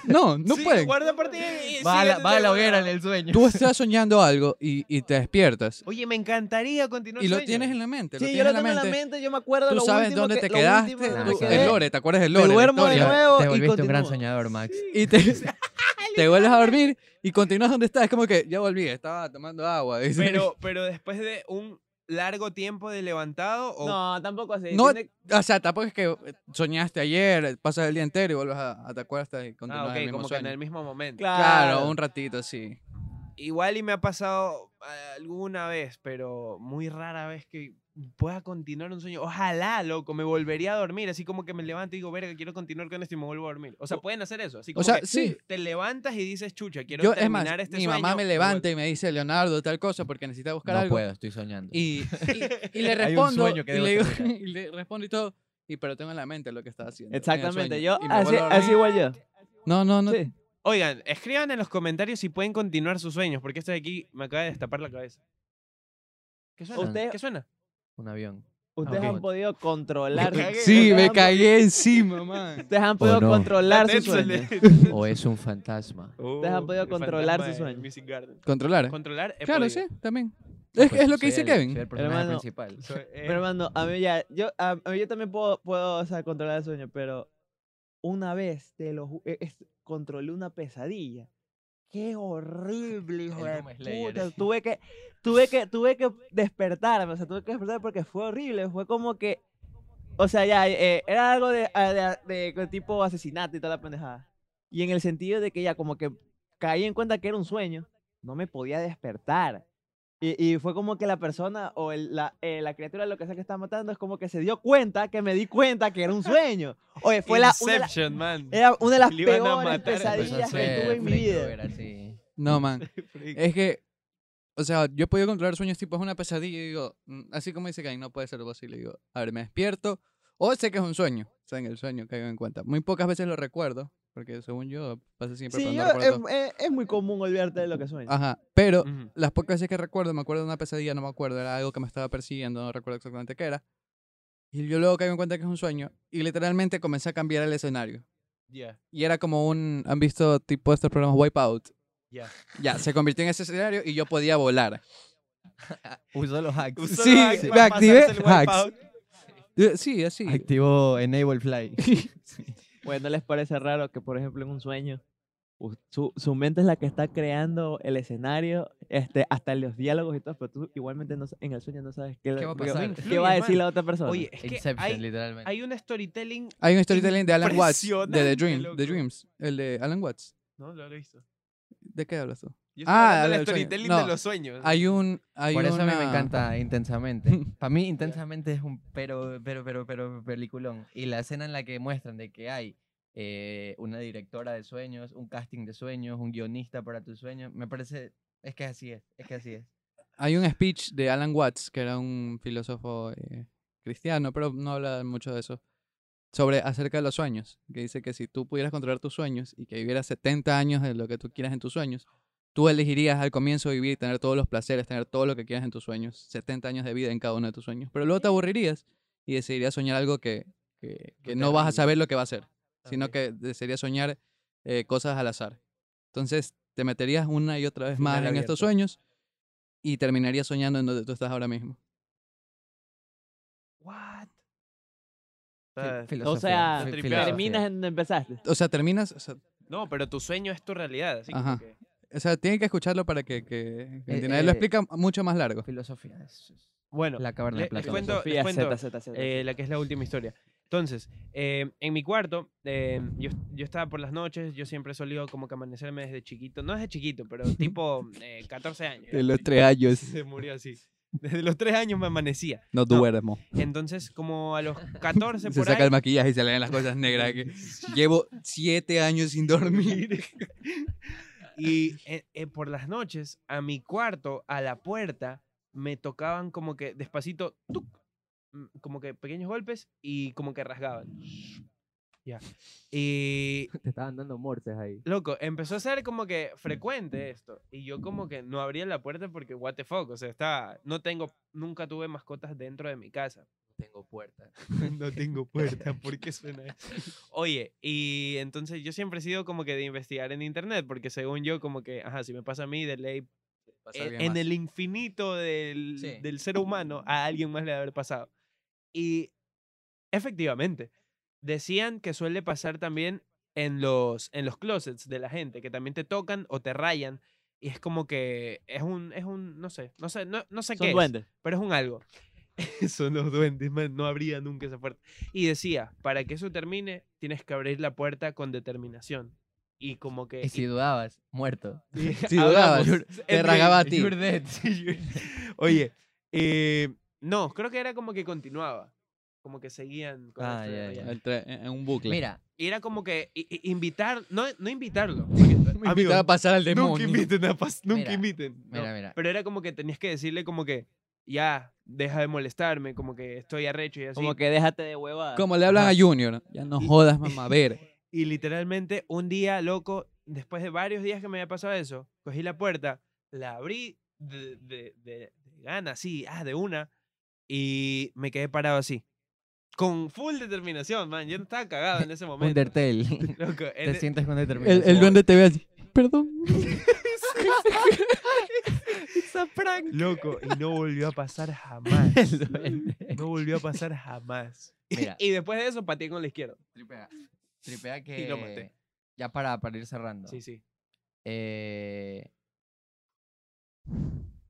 Speaker 2: No, no
Speaker 1: Sí,
Speaker 2: pueden.
Speaker 1: guarda partida y- y
Speaker 4: Va a la,
Speaker 1: sigue
Speaker 4: va a la
Speaker 1: tu
Speaker 4: hoguera en
Speaker 1: tema.
Speaker 4: el sueño.
Speaker 2: Tú estás soñando algo y, y te despiertas.
Speaker 1: Oye, me encantaría continuar.
Speaker 2: Y lo
Speaker 1: sueño.
Speaker 2: tienes en la mente.
Speaker 5: Sí, yo
Speaker 2: tienes
Speaker 5: lo
Speaker 2: en la
Speaker 5: tengo en la
Speaker 2: mente.
Speaker 5: mente, yo me acuerdo
Speaker 2: Tú
Speaker 5: lo
Speaker 2: sabes
Speaker 5: último
Speaker 2: dónde
Speaker 5: que-
Speaker 2: te
Speaker 5: lo
Speaker 2: quedaste.
Speaker 5: último que
Speaker 4: Ah,
Speaker 5: me
Speaker 4: sí.
Speaker 2: el
Speaker 5: quedé.
Speaker 2: lore, ¿te acuerdas del
Speaker 5: Me
Speaker 2: lore? la
Speaker 5: duermo de
Speaker 2: historia?
Speaker 5: nuevo. nuevo
Speaker 4: Te
Speaker 5: y
Speaker 4: volviste un gran
Speaker 5: continúo.
Speaker 4: soñador, Max.
Speaker 2: Y te, te vuelves a dormir y continúas donde estás. Es como que ya volví, estaba tomando agua. dice.
Speaker 1: Pero, pero después de un largo tiempo de levantado o
Speaker 5: No, tampoco así.
Speaker 2: No,
Speaker 5: tiene-
Speaker 2: o sea, tampoco es que soñaste ayer, pasas el día entero y vuelves a, a te acuestas y
Speaker 1: Ah,
Speaker 2: continúas
Speaker 1: ok,
Speaker 2: el mismo
Speaker 1: como que en
Speaker 2: sueño.
Speaker 1: el mismo momento.
Speaker 5: Claro.
Speaker 2: Claro, un ratito, sí.
Speaker 1: Igual y me ha pasado eh, alguna vez, pero muy rara vez que pueda continuar un sueño. Ojalá, loco, me volvería a dormir, así como que me levanto y digo, verga, quiero continuar con esto y me vuelvo a dormir. O sea, pueden hacer eso, así
Speaker 2: O
Speaker 1: como
Speaker 2: sea,
Speaker 1: que
Speaker 2: sí.
Speaker 1: te levantas y dices, chucha, quiero
Speaker 2: Yo, es
Speaker 1: terminar
Speaker 2: más,
Speaker 1: este
Speaker 2: mi
Speaker 1: sueño.
Speaker 2: mamá me
Speaker 1: y
Speaker 2: levanta y me dice, Leonardo, tal cosa, porque necesita buscar
Speaker 4: no
Speaker 2: algo.
Speaker 4: puedo, estoy soñando.
Speaker 2: Y, y- y le
Speaker 4: Hay un
Speaker 2: respondo,
Speaker 4: sueño que
Speaker 2: y, le
Speaker 4: debo
Speaker 2: digo-
Speaker 4: terminar.
Speaker 2: y le respondo y todo. Y pero tengo en la mente lo que estaba haciendo. en el
Speaker 5: Exactamente,
Speaker 2: sueño,
Speaker 5: yo
Speaker 2: y me
Speaker 5: así,
Speaker 2: vuelvo a dormir.
Speaker 5: así igual yo.
Speaker 2: No, no, no.
Speaker 5: Sí.
Speaker 1: Oigan, escriban en los comentarios si pueden continuar sus sueños, porque esto de aquí me acaba de destapar la cabeza. ¿Qué suena?
Speaker 5: Usted-
Speaker 1: ¿Qué suena?
Speaker 4: Un avión.
Speaker 5: Ustedes
Speaker 4: Ok.
Speaker 5: han podido controlar.
Speaker 1: Me cagué.
Speaker 2: Sí, me
Speaker 5: ustedes han-
Speaker 2: cagué encima, man.
Speaker 5: Ustedes han podido
Speaker 4: no.
Speaker 5: controlar sus
Speaker 1: Tenso el de-
Speaker 5: sueños.
Speaker 4: O es un fantasma.
Speaker 1: Ustedes
Speaker 5: han podido controlar sus sueños.
Speaker 2: Controlar. ¿eh?
Speaker 1: Controlar. he
Speaker 2: Claro, sí,
Speaker 1: podido.
Speaker 2: también. Es,
Speaker 4: Pues,
Speaker 2: es lo que
Speaker 4: soy
Speaker 2: dice
Speaker 4: el-
Speaker 2: Kevin.
Speaker 4: Soy el personaje
Speaker 5: Hermano,
Speaker 4: principal.
Speaker 1: So, eh,
Speaker 5: Pero hermano, a mí ya, yo, a, a mí yo también puedo, puedo o sea, controlar el sueño, pero una vez te lo ju- eh, es- controlé una pesadilla. Qué horrible,
Speaker 4: El
Speaker 5: hijo de
Speaker 4: Doom Slayer.
Speaker 5: puta. Tuve que, tuve que, tuve que despertarme, o sea, tuve que despertarme porque fue horrible, fue como que, o sea, ya, eh, era algo de, a- de, a- de co- tipo asesinato y toda la pendejada. Y en el sentido de que ya como que caí en cuenta que era un sueño, no me podía despertar. Y, y fue como que la persona o el- la, eh, la criatura, lo que sea que estaba matando, es como que se dio cuenta que me di cuenta que era un sueño. Oye, fue la, una de la-
Speaker 1: Inception, man.
Speaker 5: era una de las
Speaker 1: Le iban a
Speaker 5: peores
Speaker 1: matar, empezó a
Speaker 5: pesadillas que
Speaker 1: hacer
Speaker 5: tuve en mi
Speaker 4: Freddy
Speaker 5: vida.
Speaker 4: Krueger, así.
Speaker 2: No, man.
Speaker 1: Freak.
Speaker 2: Es que, o sea, yo he podido controlar sueños tipo es una pesadilla y digo, mm, así como dice Kevin, no puede ser posible. Y digo, a ver, me despierto o sé que es un sueño. O sea, en el sueño caigo en cuenta. Muy pocas veces lo recuerdo, porque según yo pasa siempre
Speaker 5: Sí,
Speaker 2: pero
Speaker 5: yo, eh,
Speaker 2: no
Speaker 5: es,
Speaker 2: recuerdo.
Speaker 5: es- es muy común olvidarte de lo que sueñas.
Speaker 2: Ajá, pero
Speaker 1: Ujú.
Speaker 2: las pocas veces que recuerdo, me acuerdo de una pesadilla, no me acuerdo, era algo que me estaba persiguiendo, no recuerdo exactamente qué era. Y yo luego caigo en cuenta que es un sueño y literalmente comencé a cambiar el escenario.
Speaker 1: Ya,
Speaker 2: Y era como un, ¿han visto tipo estos programas Wipeout?
Speaker 1: ya.
Speaker 2: Ya, se convirtió en ese escenario y yo podía volar.
Speaker 4: Uso los hacks.
Speaker 1: Usó
Speaker 2: Sí,
Speaker 1: los hacks
Speaker 2: me
Speaker 1: para
Speaker 2: activé,
Speaker 1: pasarse el
Speaker 2: hacks.
Speaker 1: wipeout.
Speaker 2: Eh, Sí, así.
Speaker 4: Activo Enable Fly.
Speaker 5: Bueno, ¿no les parece raro que, por ejemplo, en un sueño, u- su, su mente es la que está creando el escenario, este, hasta los diálogos y todo, pero tú igualmente no sa- en el sueño no sabes qué,
Speaker 4: ¿Qué va a
Speaker 5: qué-
Speaker 4: pasar?
Speaker 5: qué va a decir la otra persona.
Speaker 1: Oye, es que
Speaker 4: Inception,
Speaker 1: hay,
Speaker 4: literalmente.
Speaker 1: hay un storytelling.
Speaker 2: Hay un storytelling de Alan Watts, de The,
Speaker 1: Impresionante,
Speaker 2: Dream, The
Speaker 1: loco.
Speaker 2: Dreams, el de Alan Watts.
Speaker 1: No, lo he visto.
Speaker 2: ¿De qué hablas tú?
Speaker 1: Yo
Speaker 2: Ah,
Speaker 1: ah, el
Speaker 2: del sueño.
Speaker 1: storytelling
Speaker 2: No.
Speaker 1: de los sueños.
Speaker 2: Hay un... Hay
Speaker 4: Por eso a mí me
Speaker 2: una-
Speaker 4: encanta Intensamente. Para mí, Intensamente es un pero, pero, pero, pero peliculón. Y la escena en la que muestran de que hay eh, una directora de sueños, un casting de sueños, un guionista para tus sueños, me parece... Es que así es, es que así es.
Speaker 2: Hay un speech de Alan Watts, que era un filósofo eh, cristiano, pero no habla mucho de eso, sobre acerca de los sueños, que dice que si tú pudieras controlar tus sueños y que vivieras 70 años de lo que tú quieras en tus sueños, tú elegirías al comienzo vivir y tener todos los placeres, tener todo lo que quieras en tus sueños, 70 años de vida en cada uno de tus sueños, pero luego te aburrirías y decidirías soñar algo que, que, que no vas a saber lo que va a ser, sino
Speaker 4: Ok.
Speaker 2: que decidirías soñar eh, cosas al azar. Entonces te meterías una y otra vez más en
Speaker 1: Final
Speaker 2: estos
Speaker 1: abierto.
Speaker 2: sueños y terminarías soñando en donde tú estás ahora mismo.
Speaker 1: What? Ah,
Speaker 4: Fi-
Speaker 1: Está-
Speaker 5: o
Speaker 4: filosofía,
Speaker 5: sea,
Speaker 4: fi-
Speaker 1: te
Speaker 4: filosofía.
Speaker 5: terminas en donde empezaste.
Speaker 2: O sea, terminas, o sea,
Speaker 1: No, pero tu sueño es tu realidad. Así como
Speaker 2: Ajá.
Speaker 1: que-
Speaker 2: o sea, tienen que escucharlo para que, que, que
Speaker 4: Eh,
Speaker 2: entiendan. Él lo
Speaker 4: eh,
Speaker 2: explica mucho más largo.
Speaker 4: Filosofía. es- es
Speaker 1: Bueno,
Speaker 4: La caverna de
Speaker 1: le- les
Speaker 4: Platón.
Speaker 1: cuento, les
Speaker 5: Filosofía,
Speaker 1: cuento,
Speaker 5: Z, Z, Z.
Speaker 1: eh, la que es la última historia. Entonces, eh, en mi cuarto, eh, yo, yo estaba por las noches, yo siempre he solido como que amanecerme desde chiquito, no desde chiquito, pero tipo eh, 14 años. ya.
Speaker 2: los tres años
Speaker 1: Se murió así. Desde los 3 años me amanecía.
Speaker 2: no duermo.
Speaker 1: Entonces, como a los 14
Speaker 2: Se
Speaker 1: por
Speaker 2: saca
Speaker 1: ahí,
Speaker 2: el maquillaje y se le ven las cosas negras. que llevo siete años sin dormir.
Speaker 1: Y eh, eh, por las noches, a mi cuarto, a la puerta, me tocaban como que despacito, tuc, mm, como que pequeños golpes y como que rasgaban. Ya. Y,
Speaker 5: Te estaban dando mortes ahí.
Speaker 1: loco, empezó a ser como que frecuente esto. Y yo como que no abría la puerta porque, what the fuck, o sea, estaba, no tengo, nunca tuve mascotas dentro de mi casa.
Speaker 4: Tengo puerta.
Speaker 1: No tengo puerta, ¿por qué suena eso? Oye, y entonces yo siempre he sido como que de investigar en internet, porque según yo, como que, ajá, si me pasa a mí, de ley, eh, en, el infinito del,
Speaker 4: Sí.
Speaker 1: del ser humano, a alguien más le ha de haber pasado. Y efectivamente, decían que suele pasar también en los, en los closets de la gente, que también te tocan o te rayan, y es como que es un, es un, no sé, no sé, no, no sé qué.
Speaker 5: Son
Speaker 1: es
Speaker 5: duendes.
Speaker 1: pero es un algo. Son los duendes, man, no abría nunca esa puerta. Y decía, para que eso termine, tienes que abrir la puerta con determinación. y como que...
Speaker 4: Y si dudabas, muerto.
Speaker 1: y-
Speaker 2: si dudabas,
Speaker 1: hablamos entre-
Speaker 2: ragaba A ti.
Speaker 4: You're dead.
Speaker 1: Oye, eh, no, creo que era como que continuaba. Como que seguían con
Speaker 4: Ah,
Speaker 1: esto de
Speaker 4: ya,
Speaker 1: rayar.
Speaker 4: ya.
Speaker 2: El tre- en un bucle.
Speaker 4: Mira,
Speaker 1: Y era como que i- i- invitar, no, no invitarlo. porque,
Speaker 2: Me
Speaker 1: amigo,
Speaker 2: invitaba a pasar al
Speaker 1: nunca
Speaker 2: demonio.
Speaker 1: inviten a pas- nunca
Speaker 4: Mira,
Speaker 1: inviten. no.
Speaker 4: mira, mira.
Speaker 1: Pero era como que tenías que decirle como que ya, deja de molestarme, como que estoy arrecho y así.
Speaker 5: Como que déjate de hueva.
Speaker 2: Como le hablan
Speaker 1: Ajá.
Speaker 2: a Junior. Ya no
Speaker 1: Y-
Speaker 2: jodas, mamá. A ver.
Speaker 1: Y literalmente un día, loco, después de varios días que me había pasado eso, cogí la puerta, la abrí de, de, de- de gana, así, ah, de una, y me quedé parado así. Con full determinación, man. Yo no estaba cagado en ese momento.
Speaker 4: Undertale.
Speaker 1: Loco, en
Speaker 4: Te
Speaker 1: e-
Speaker 4: sientes con
Speaker 2: El,
Speaker 4: determinación.
Speaker 2: el duende te ve así. Perdón.
Speaker 1: loco, y no volvió a pasar jamás.
Speaker 4: El duende.
Speaker 1: No volvió a pasar jamás.
Speaker 4: Mira,
Speaker 1: Y después de eso pateé con la izquierda.
Speaker 4: tripea. Tripea que.
Speaker 1: Y lo maté.
Speaker 4: Ya para, para ir cerrando.
Speaker 1: Sí, sí.
Speaker 4: Eh,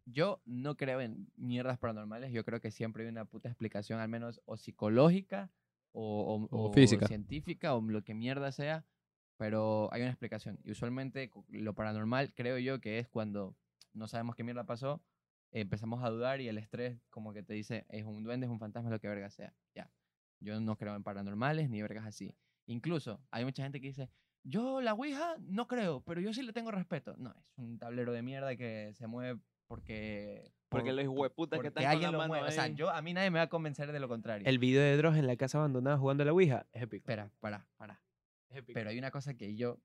Speaker 4: yo no creo en mierdas paranormales. Yo creo que siempre hay una puta explicación, al menos o psicológica o, o-
Speaker 2: O física.
Speaker 4: científica o lo que mierda sea. Pero hay una explicación. Y usualmente cu- lo paranormal creo yo que es cuando no sabemos qué mierda pasó, empezamos a dudar y el estrés como que te dice es un duende, es un fantasma, es lo que verga sea. Ya. Yo no creo en paranormales ni vergas así. Incluso hay mucha gente que dice, yo la Ouija no creo, pero yo sí le tengo respeto. No, es un tablero de mierda que se mueve porque...
Speaker 5: Porque los hueputas que
Speaker 4: porque
Speaker 5: están con
Speaker 4: alguien
Speaker 5: la
Speaker 4: lo
Speaker 5: mano
Speaker 4: mueve. O sea,
Speaker 5: ahí.
Speaker 4: yo, a mí nadie me va a convencer de lo contrario.
Speaker 1: El video de Dross en la casa abandonada jugando a la Ouija es épico.
Speaker 4: Espera, para, para.
Speaker 1: es épico.
Speaker 4: Pero hay una cosa que yo,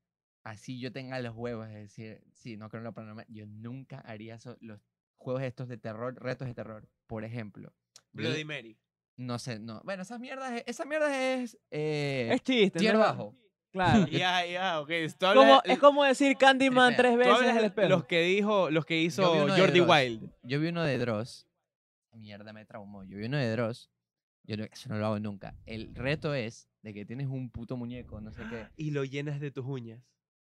Speaker 4: así yo tenga los huevos, es decir, sí, no creo en lo paranormal, yo nunca haría eso, los juegos estos de terror, retos de terror. Por ejemplo, yo le-
Speaker 1: Bloody Mary.
Speaker 4: no sé, no. Bueno, esas mierdas, es- esas mierdas es... Eh,
Speaker 5: Es chiste.
Speaker 4: tier
Speaker 5: ¿no?
Speaker 4: bajo.
Speaker 5: Claro.
Speaker 1: Ya, ya, ok. tú hablas
Speaker 5: Como-
Speaker 1: de-
Speaker 5: es como decir Candyman
Speaker 4: Espera,
Speaker 5: tres
Speaker 1: tú
Speaker 5: veces
Speaker 1: hablas
Speaker 5: en el
Speaker 1: de
Speaker 5: espejo.
Speaker 1: Los que dijo, los que hizo
Speaker 4: uno de
Speaker 1: Jordi
Speaker 4: Dross.
Speaker 1: Wild.
Speaker 4: Yo vi uno de Dross. Mierda, me traumó. Yo vi uno de Dross. Yo no, eso no lo hago nunca. El reto es de que tienes un puto muñeco, no sé qué,
Speaker 1: Y lo llenas de tus uñas.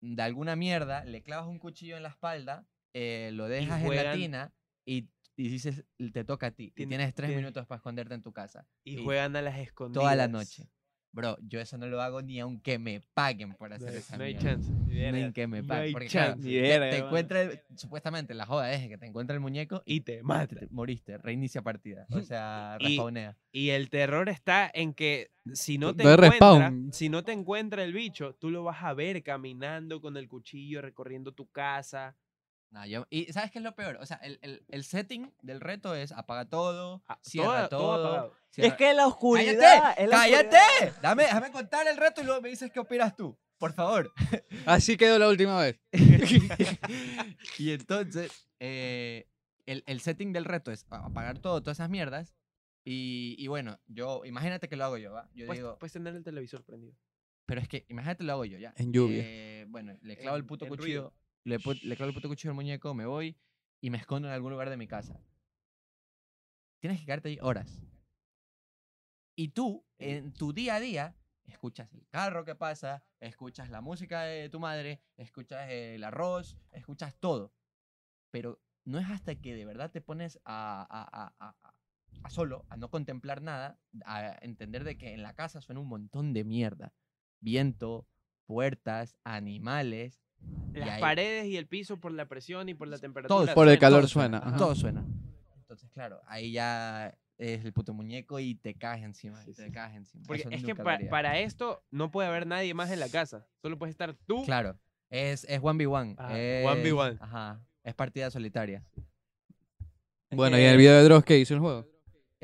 Speaker 4: de alguna mierda, le clavas un cuchillo en la espalda, eh, lo dejas en la
Speaker 1: juegan-
Speaker 4: tina y, y dices, te toca a ti. y
Speaker 1: Tiene-
Speaker 4: tienes tres
Speaker 1: tiene-
Speaker 4: minutos para esconderte en tu casa.
Speaker 1: Y
Speaker 4: Sí.
Speaker 1: juegan a las escondidas.
Speaker 4: Toda la noche. Bro, yo eso no lo hago ni aunque me paguen por
Speaker 1: No,
Speaker 4: hacer esa
Speaker 1: no hay
Speaker 4: mierda.
Speaker 1: chance.
Speaker 4: Ni que me
Speaker 1: no
Speaker 4: paguen.
Speaker 1: hay
Speaker 4: porque claro,
Speaker 1: chance.
Speaker 5: Ni
Speaker 4: te-
Speaker 5: verga,
Speaker 4: te
Speaker 5: hermano.
Speaker 4: encuentra, el- supuestamente la joda es que te encuentra el muñeco
Speaker 1: Y te
Speaker 4: te-
Speaker 1: mata.
Speaker 4: te- moriste, reinicia partida. O sea,
Speaker 1: Y-
Speaker 4: respawnea.
Speaker 1: Y el terror está en que si no te
Speaker 2: No hay
Speaker 1: encuentra,
Speaker 2: respawn.
Speaker 1: si no te encuentra el bicho, tú lo vas a ver caminando con el cuchillo, recorriendo tu casa.
Speaker 4: No, yo- y ¿sabes qué es lo peor? O sea, el, el- el setting del reto es apaga todo,
Speaker 1: Ah, toda-
Speaker 4: cierra
Speaker 1: todo
Speaker 4: todo.
Speaker 1: apagado.
Speaker 5: Es
Speaker 4: cierra-
Speaker 5: que la oscuridad.
Speaker 4: ¡Cállate!
Speaker 5: es la
Speaker 4: ¡Cállate! Dame, déjame contar el reto y luego me dices qué opinas tú. Por favor.
Speaker 2: Así quedó la última vez.
Speaker 4: y entonces, eh, el, el setting del reto es a- apagar todo, todas esas mierdas. Y, y bueno, yo, imagínate que lo hago yo, ¿va? Yo
Speaker 1: Puedes,
Speaker 4: digo,
Speaker 1: puedes tener el televisor prendido.
Speaker 4: pero es que, imagínate lo hago yo, ya.
Speaker 2: En lluvia.
Speaker 4: Eh, bueno, le clavo el
Speaker 1: En-
Speaker 4: puto
Speaker 1: en ruido.
Speaker 4: cuchillo, le, pu- le clavo el puto cuchillo al muñeco, me voy y me escondo en algún lugar de mi casa. Tienes que quedarte ahí horas. Y tú, en tu día a día, escuchas el carro que pasa, escuchas la música de tu madre, escuchas el arroz, escuchas todo. Pero no es hasta que de verdad te pones a, a- a- a- a- a solo, a no contemplar nada, a entender de que en la casa suena un montón de mierda. Viento, puertas, animales. y
Speaker 1: Las
Speaker 4: ahí-
Speaker 1: paredes y el piso por la presión y por la temperatura.
Speaker 2: Por
Speaker 1: suena.
Speaker 2: el calor
Speaker 4: todo
Speaker 2: suena, ajá.
Speaker 4: Todo suena. Entonces, claro, ahí ya es el puto muñeco y te caes encima.
Speaker 1: Sí,
Speaker 4: te
Speaker 1: sí.
Speaker 4: caes encima.
Speaker 1: Porque
Speaker 4: Eso
Speaker 1: es que
Speaker 4: nunca lo
Speaker 1: pa-
Speaker 4: haría.
Speaker 1: para esto no puede haber nadie más en la casa. Solo puedes estar tú.
Speaker 4: Claro, es, es 1v1.
Speaker 1: Ajá,
Speaker 4: es-
Speaker 1: 1v1.
Speaker 4: Ajá, es partida solitaria.
Speaker 2: Bueno, y el video de Dross que hizo el juego.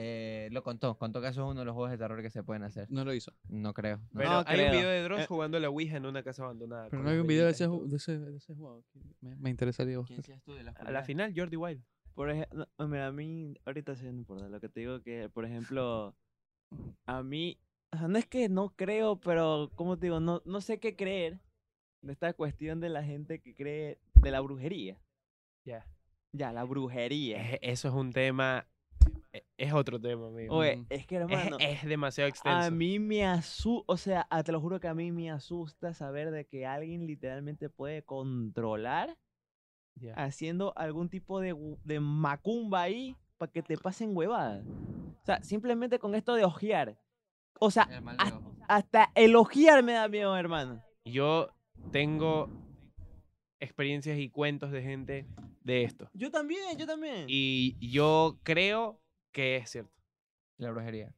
Speaker 4: Eh, lo contó, contó que eso es uno de los juegos de terror que se pueden hacer.
Speaker 2: No lo hizo.
Speaker 4: No creo. no.
Speaker 1: Pero
Speaker 5: No
Speaker 1: hay un
Speaker 5: creo.
Speaker 1: video de Dross
Speaker 5: Eh.
Speaker 1: jugando a la Ouija en una casa abandonada.
Speaker 2: Pero
Speaker 1: con
Speaker 2: no hay
Speaker 1: las
Speaker 2: un video de
Speaker 1: velitas y
Speaker 2: ese,
Speaker 1: todo.
Speaker 2: ju- de ese, de ese juego. Me, me interesaría
Speaker 4: ¿Quién
Speaker 2: buscar.
Speaker 4: seas tú de la
Speaker 1: A la
Speaker 4: oscuridad?
Speaker 1: final, Jordi Wild.
Speaker 5: Por ejemplo, mira, a mí ahorita sí no importa. Lo que te digo que, por ejemplo, a mí, o sea, no es que no creo, pero como te digo, no, no sé qué creer de esta cuestión de la gente que cree de la brujería.
Speaker 1: Ya.
Speaker 5: Ya, la brujería.
Speaker 1: Es- eh, Eso es un tema. e- Es otro tema, amigo.
Speaker 5: Oye,
Speaker 2: Ujú.
Speaker 5: es que
Speaker 1: Es,
Speaker 5: hermano,
Speaker 1: es demasiado extenso.
Speaker 5: a mí me asusta, o sea, a- te lo juro que a mí me asusta saber de que alguien literalmente puede controlar
Speaker 1: Ya.
Speaker 5: haciendo algún tipo de, gu- de macumba ahí para que te pasen huevadas. O sea, simplemente con esto de ojear. O sea,
Speaker 4: El mal
Speaker 5: has-
Speaker 4: de ojo.
Speaker 5: hasta el ojear me da miedo, hermano.
Speaker 1: Yo tengo experiencias y cuentos de gente de esto.
Speaker 5: Yo también, yo también.
Speaker 1: Y yo creo que es cierto.
Speaker 4: La brujería.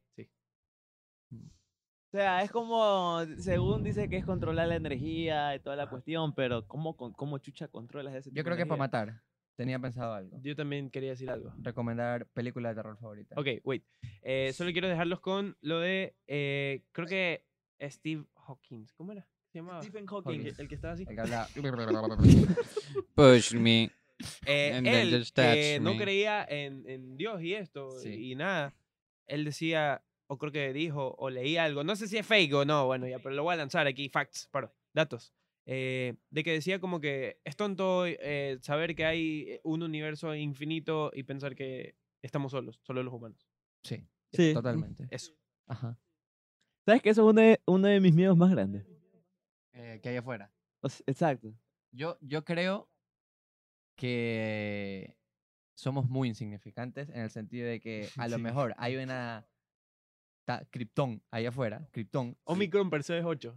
Speaker 5: O sea, es como, según dice que es controlar la energía y toda la cuestión, pero ¿cómo, con- cómo chucha controlas ese tipo
Speaker 4: Yo creo
Speaker 5: de
Speaker 4: que para
Speaker 5: energía?
Speaker 4: matar. Tenía pensado algo.
Speaker 1: Yo también quería decir algo.
Speaker 4: Recomendar película de terror favorita.
Speaker 1: Ok, wait. Eh, solo quiero dejarlos con lo de, eh, creo que Steve Hawkins. ¿Cómo era? Se llamaba.
Speaker 5: Stephen Hawking,
Speaker 4: Hawking.
Speaker 5: el que estaba así.
Speaker 4: El que habla-
Speaker 2: Push me.
Speaker 1: Eh,
Speaker 2: And then
Speaker 1: él
Speaker 2: just touch
Speaker 1: que no
Speaker 2: me.
Speaker 1: creía en, en Dios y esto
Speaker 4: Sí.
Speaker 1: y nada, él decía, o creo que dijo, o leía algo, no sé si es fake o no, bueno, ya, pero lo voy a lanzar aquí, facts, paro, datos, eh, de que decía como que es tonto eh, saber que hay eh, un universo infinito y pensar que estamos solos, solo los humanos.
Speaker 4: Sí,
Speaker 5: Sí.
Speaker 4: totalmente.
Speaker 1: Eso.
Speaker 4: Ajá.
Speaker 5: ¿Sabes que eso es uno de, uno de mis miedos más grandes?
Speaker 2: que hay afuera.
Speaker 5: O sea, exacto.
Speaker 4: Yo, yo creo que somos muy insignificantes en el sentido de que a lo
Speaker 1: Sí.
Speaker 4: mejor hay una ta- Krypton ahí afuera, Krypton.
Speaker 1: Omicron Perseus 8.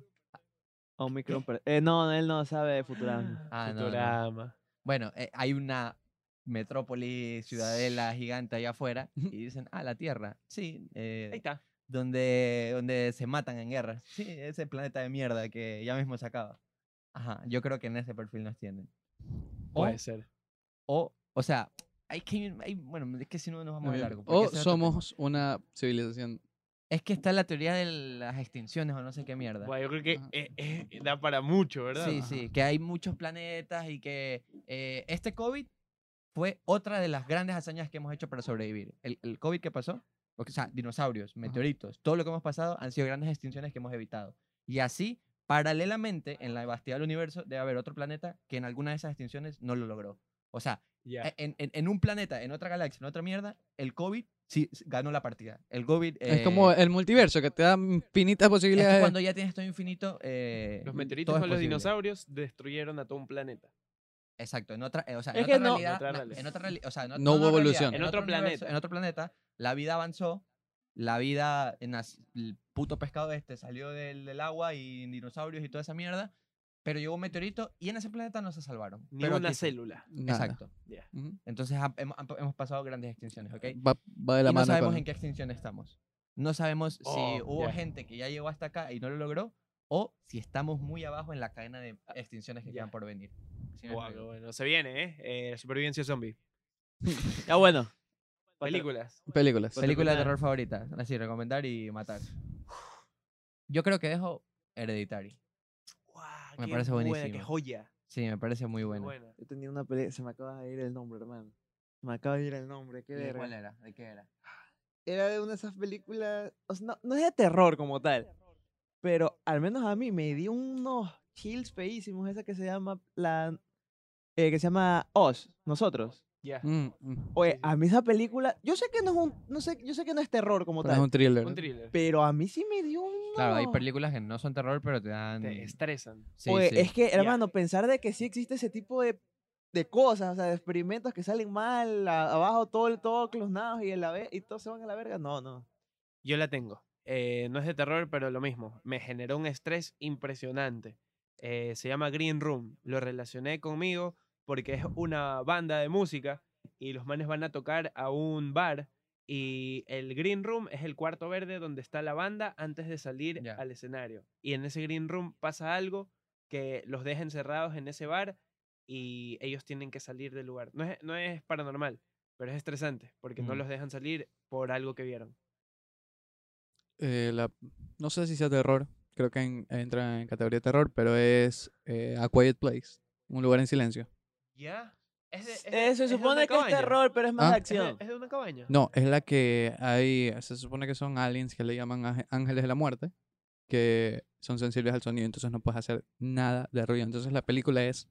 Speaker 5: Omicron. pero- Eh, no, él no sabe de Futurama.
Speaker 4: Ah, no, no.
Speaker 1: Futurama.
Speaker 4: Bueno, eh, hay una metrópoli, ciudadela gigante allá afuera y dicen, ah, la Tierra, sí, eh,
Speaker 1: Ahí está.
Speaker 4: donde, donde se matan en guerra, sí, ese planeta de mierda que ya mismo se acaba. Ajá, yo creo que en ese perfil nos tienen. O-
Speaker 1: Puede ser.
Speaker 4: O, o sea, hay que, hay- bueno, es que si no nos vamos a largo. porque
Speaker 2: Eh, O
Speaker 4: ese es otro tema.
Speaker 2: somos una civilización.
Speaker 4: Es que está la teoría de las extinciones o no sé qué mierda.
Speaker 1: Bueno, yo creo que
Speaker 2: Ajá.
Speaker 1: eh, eh, da para mucho, ¿verdad?
Speaker 4: sí,
Speaker 2: Ajá.
Speaker 4: sí, que hay muchos planetas y que eh, este COVID fue otra de las grandes hazañas que hemos hecho para sobrevivir. El, el COVID que pasó, o sea, dinosaurios, meteoritos, todo lo que hemos pasado han sido grandes extinciones que hemos evitado. Y así, paralelamente, en la vastedad del universo debe haber otro planeta que en alguna de esas extinciones no lo logró. O sea,
Speaker 1: Ya.
Speaker 4: e- en, en- en un planeta, en otra galaxia, en otra mierda, el COVID sí s- ganó la partida. El COVID...
Speaker 2: Es como
Speaker 4: eh,
Speaker 2: el multiverso que te da infinitas
Speaker 4: es que
Speaker 2: posibilidades.
Speaker 4: cuando ya tienes todo infinito... eh,
Speaker 1: Los
Speaker 4: todo
Speaker 1: meteoritos
Speaker 4: es
Speaker 1: con los
Speaker 4: posible.
Speaker 1: dinosaurios destruyeron a todo un planeta.
Speaker 4: Exacto, en otra, eh, o sea, en
Speaker 5: Es que
Speaker 4: otra
Speaker 5: no-
Speaker 4: realidad,
Speaker 1: Otra
Speaker 4: na-
Speaker 1: realidad.
Speaker 4: en otra reali- o sea, en ot-
Speaker 2: No hubo
Speaker 4: realidad,
Speaker 2: evolución.
Speaker 1: En otro
Speaker 4: universo,
Speaker 1: planeta.
Speaker 4: en otro planeta, la vida avanzó, la vida, en las- el puto pescado este salió del, del agua y dinosaurios y toda esa mierda, pero llegó un meteorito y en ese planeta no se salvaron.
Speaker 1: Ni
Speaker 4: pero
Speaker 1: una
Speaker 4: aquí sí.
Speaker 1: célula.
Speaker 2: Nada.
Speaker 4: Exacto.
Speaker 1: Ya.
Speaker 2: Ujú.
Speaker 4: Entonces ha- hemos, han- hemos pasado grandes extinciones, ¿ok? Y
Speaker 2: Va, va de la
Speaker 4: no
Speaker 2: mano.
Speaker 4: sabemos
Speaker 2: con-
Speaker 4: en qué extinción estamos. No sabemos si
Speaker 1: Oh,
Speaker 4: hubo
Speaker 1: ya.
Speaker 4: gente que ya llegó hasta acá y no lo logró o si estamos muy abajo en la cadena de extinciones que
Speaker 1: Ah, ya.
Speaker 4: quedan por venir. ¿Sí me
Speaker 1: Guau, qué
Speaker 4: explico?
Speaker 1: bueno. Se viene, ¿eh? Eh, la supervivencia zombie.
Speaker 5: Ya bueno. Pa' ter-
Speaker 1: Películas.
Speaker 2: Películas.
Speaker 5: Por
Speaker 4: Película de
Speaker 5: terminar.
Speaker 4: terror favorita. Así, recomendar y matar. Yo creo que dejo Hereditary.
Speaker 1: Guau,
Speaker 4: Me
Speaker 1: qué
Speaker 4: parece
Speaker 1: buena, Qué
Speaker 4: buenísima.
Speaker 1: joya.
Speaker 4: Sí, me parece muy
Speaker 1: Qué
Speaker 4: buena.
Speaker 1: buena.
Speaker 5: Yo tenía una pelea, se me acaba de ir el nombre, hermano. Se me acaba de ir el nombre, qué
Speaker 4: ¿De
Speaker 5: verga.
Speaker 4: ¿Cuál era? ¿De qué era?
Speaker 5: Era de una de esas películas, o sea, no, no es de terror como tal, pero al menos a mí me dio unos chills feísimos esa que se llama la eh, que se llama Oz, nosotros.
Speaker 1: Ya.
Speaker 2: Mm, mm.
Speaker 1: sí,
Speaker 5: Oye,
Speaker 1: sí.
Speaker 5: a mí esa película, yo sé que no es un no sé, yo sé que no es terror como
Speaker 2: Pero es
Speaker 5: tal,
Speaker 2: un thriller.
Speaker 1: Un thriller.
Speaker 5: pero a mí sí me dio un
Speaker 4: Claro, hay películas que no son terror, pero te dan.
Speaker 1: Te estresan.
Speaker 4: Sí,
Speaker 5: Oye,
Speaker 4: sí.
Speaker 5: Pues, es que, hermano, pensar de que sí existe ese tipo de, de cosas, o sea, de experimentos que salen mal, a- abajo todo, el- todo closnados y, en la ve- y todos se van a la verga, no, no.
Speaker 1: Yo la tengo. Eh, no es de terror, pero lo mismo. Me generó un estrés impresionante. Eh, se llama Green Room. Lo relacioné conmigo porque es una banda de música y los manes van a tocar a un bar. Y el Green Room es el cuarto verde donde está la banda antes de salir
Speaker 4: Ya.
Speaker 1: al escenario. Y en ese Green Room pasa algo que los deja encerrados en ese bar y ellos tienen que salir del lugar. No es, no es paranormal, pero es estresante porque no
Speaker 4: Ujú.
Speaker 1: los dejan salir por algo que vieron.
Speaker 2: Eh, la- no sé si sea terror. Creo que en- entra en categoría de terror, pero es eh, A Quiet Place. Un lugar en silencio.
Speaker 1: ¿Ya? Es de- es de-
Speaker 5: Eh, Se
Speaker 1: es de
Speaker 5: supone
Speaker 1: una
Speaker 5: que es
Speaker 1: cabaña.
Speaker 5: terror, pero es más
Speaker 2: Ah.
Speaker 5: de
Speaker 1: ¿Es de,
Speaker 5: acción.
Speaker 1: es de una cabaña?
Speaker 2: No, es la que hay. Se supone que son aliens que le llaman ángel- ángeles de la muerte. Que son sensibles al sonido, entonces no puedes hacer nada de ruido. Entonces la película es.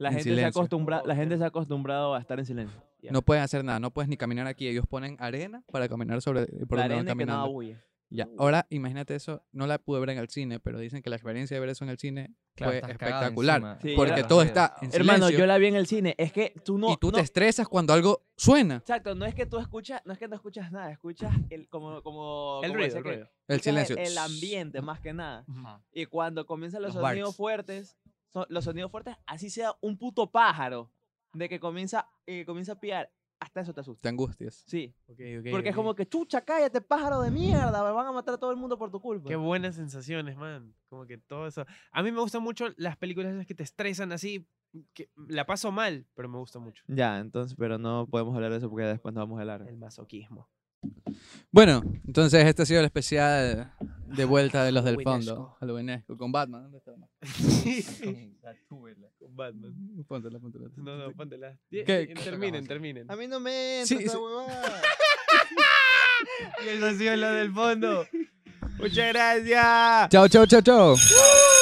Speaker 5: La
Speaker 2: en
Speaker 5: gente, se ha
Speaker 2: silencio.
Speaker 5: acostumbra- la
Speaker 1: Ok.
Speaker 5: gente se ha acostumbrado a estar en silencio.
Speaker 1: Ya.
Speaker 2: No puedes hacer nada, no puedes ni caminar aquí. Ellos ponen arena para caminar sobre eh, por donde van
Speaker 5: la arena que no
Speaker 2: caminando.
Speaker 5: huye.
Speaker 2: Ya,
Speaker 5: Uh.
Speaker 2: ahora imagínate eso, no la pude ver en el cine, pero dicen que la experiencia de ver eso en el cine fue espectacular.
Speaker 5: Sí,
Speaker 2: Porque
Speaker 5: yo la-
Speaker 2: todo está en silencio
Speaker 5: Hermano, yo la vi en el cine. Es que tú no.
Speaker 2: y tú
Speaker 5: no-
Speaker 2: te estresas cuando algo suena.
Speaker 5: Exacto, no es que tú escuchas, no es que no escuchas nada, escuchas el, como, como,
Speaker 1: El
Speaker 5: como
Speaker 1: ruido,
Speaker 5: ese
Speaker 1: el
Speaker 5: que-
Speaker 1: ruido.
Speaker 2: El
Speaker 5: escuchas
Speaker 2: silencio.
Speaker 5: El ambiente, más que nada.
Speaker 1: Ujú.
Speaker 5: Y cuando comienzan los,
Speaker 4: Los
Speaker 5: sonidos
Speaker 4: barks.
Speaker 5: fuertes, so- los sonidos fuertes, así sea un puto pájaro de que comienza, eh, comienza a piar, hasta eso te asusta.
Speaker 2: Te angustias.
Speaker 5: Sí, porque es como que chucha, cállate, pájaro de mierda, me van a matar a todo el mundo por tu culpa.
Speaker 1: Qué buenas sensaciones, man. Como que todo eso. A mí me gustan mucho las películas esas que te estresan así, que la paso mal, pero me gusta mucho.
Speaker 5: Ya, entonces, pero no podemos hablar de eso porque después nos vamos a hablar.
Speaker 1: El masoquismo.
Speaker 2: Bueno, entonces este ha sido el especial de vuelta de los del
Speaker 1: Halloweenesco.
Speaker 2: fondo. Halloweenesco. Con Batman. ¿Dónde está Batman?
Speaker 1: Con Batman.
Speaker 2: Póntela, póntela.
Speaker 1: No, no, póntela.
Speaker 2: ¿Qué-
Speaker 1: Ye-
Speaker 2: qué
Speaker 1: eh, Terminen, terminen.
Speaker 5: A mí no me
Speaker 2: Sí,
Speaker 5: entra esa
Speaker 2: sí.
Speaker 5: huevada.
Speaker 1: Y eso ha sido lo del fondo. Muchas gracias.
Speaker 2: Chao, chao, chao, chao.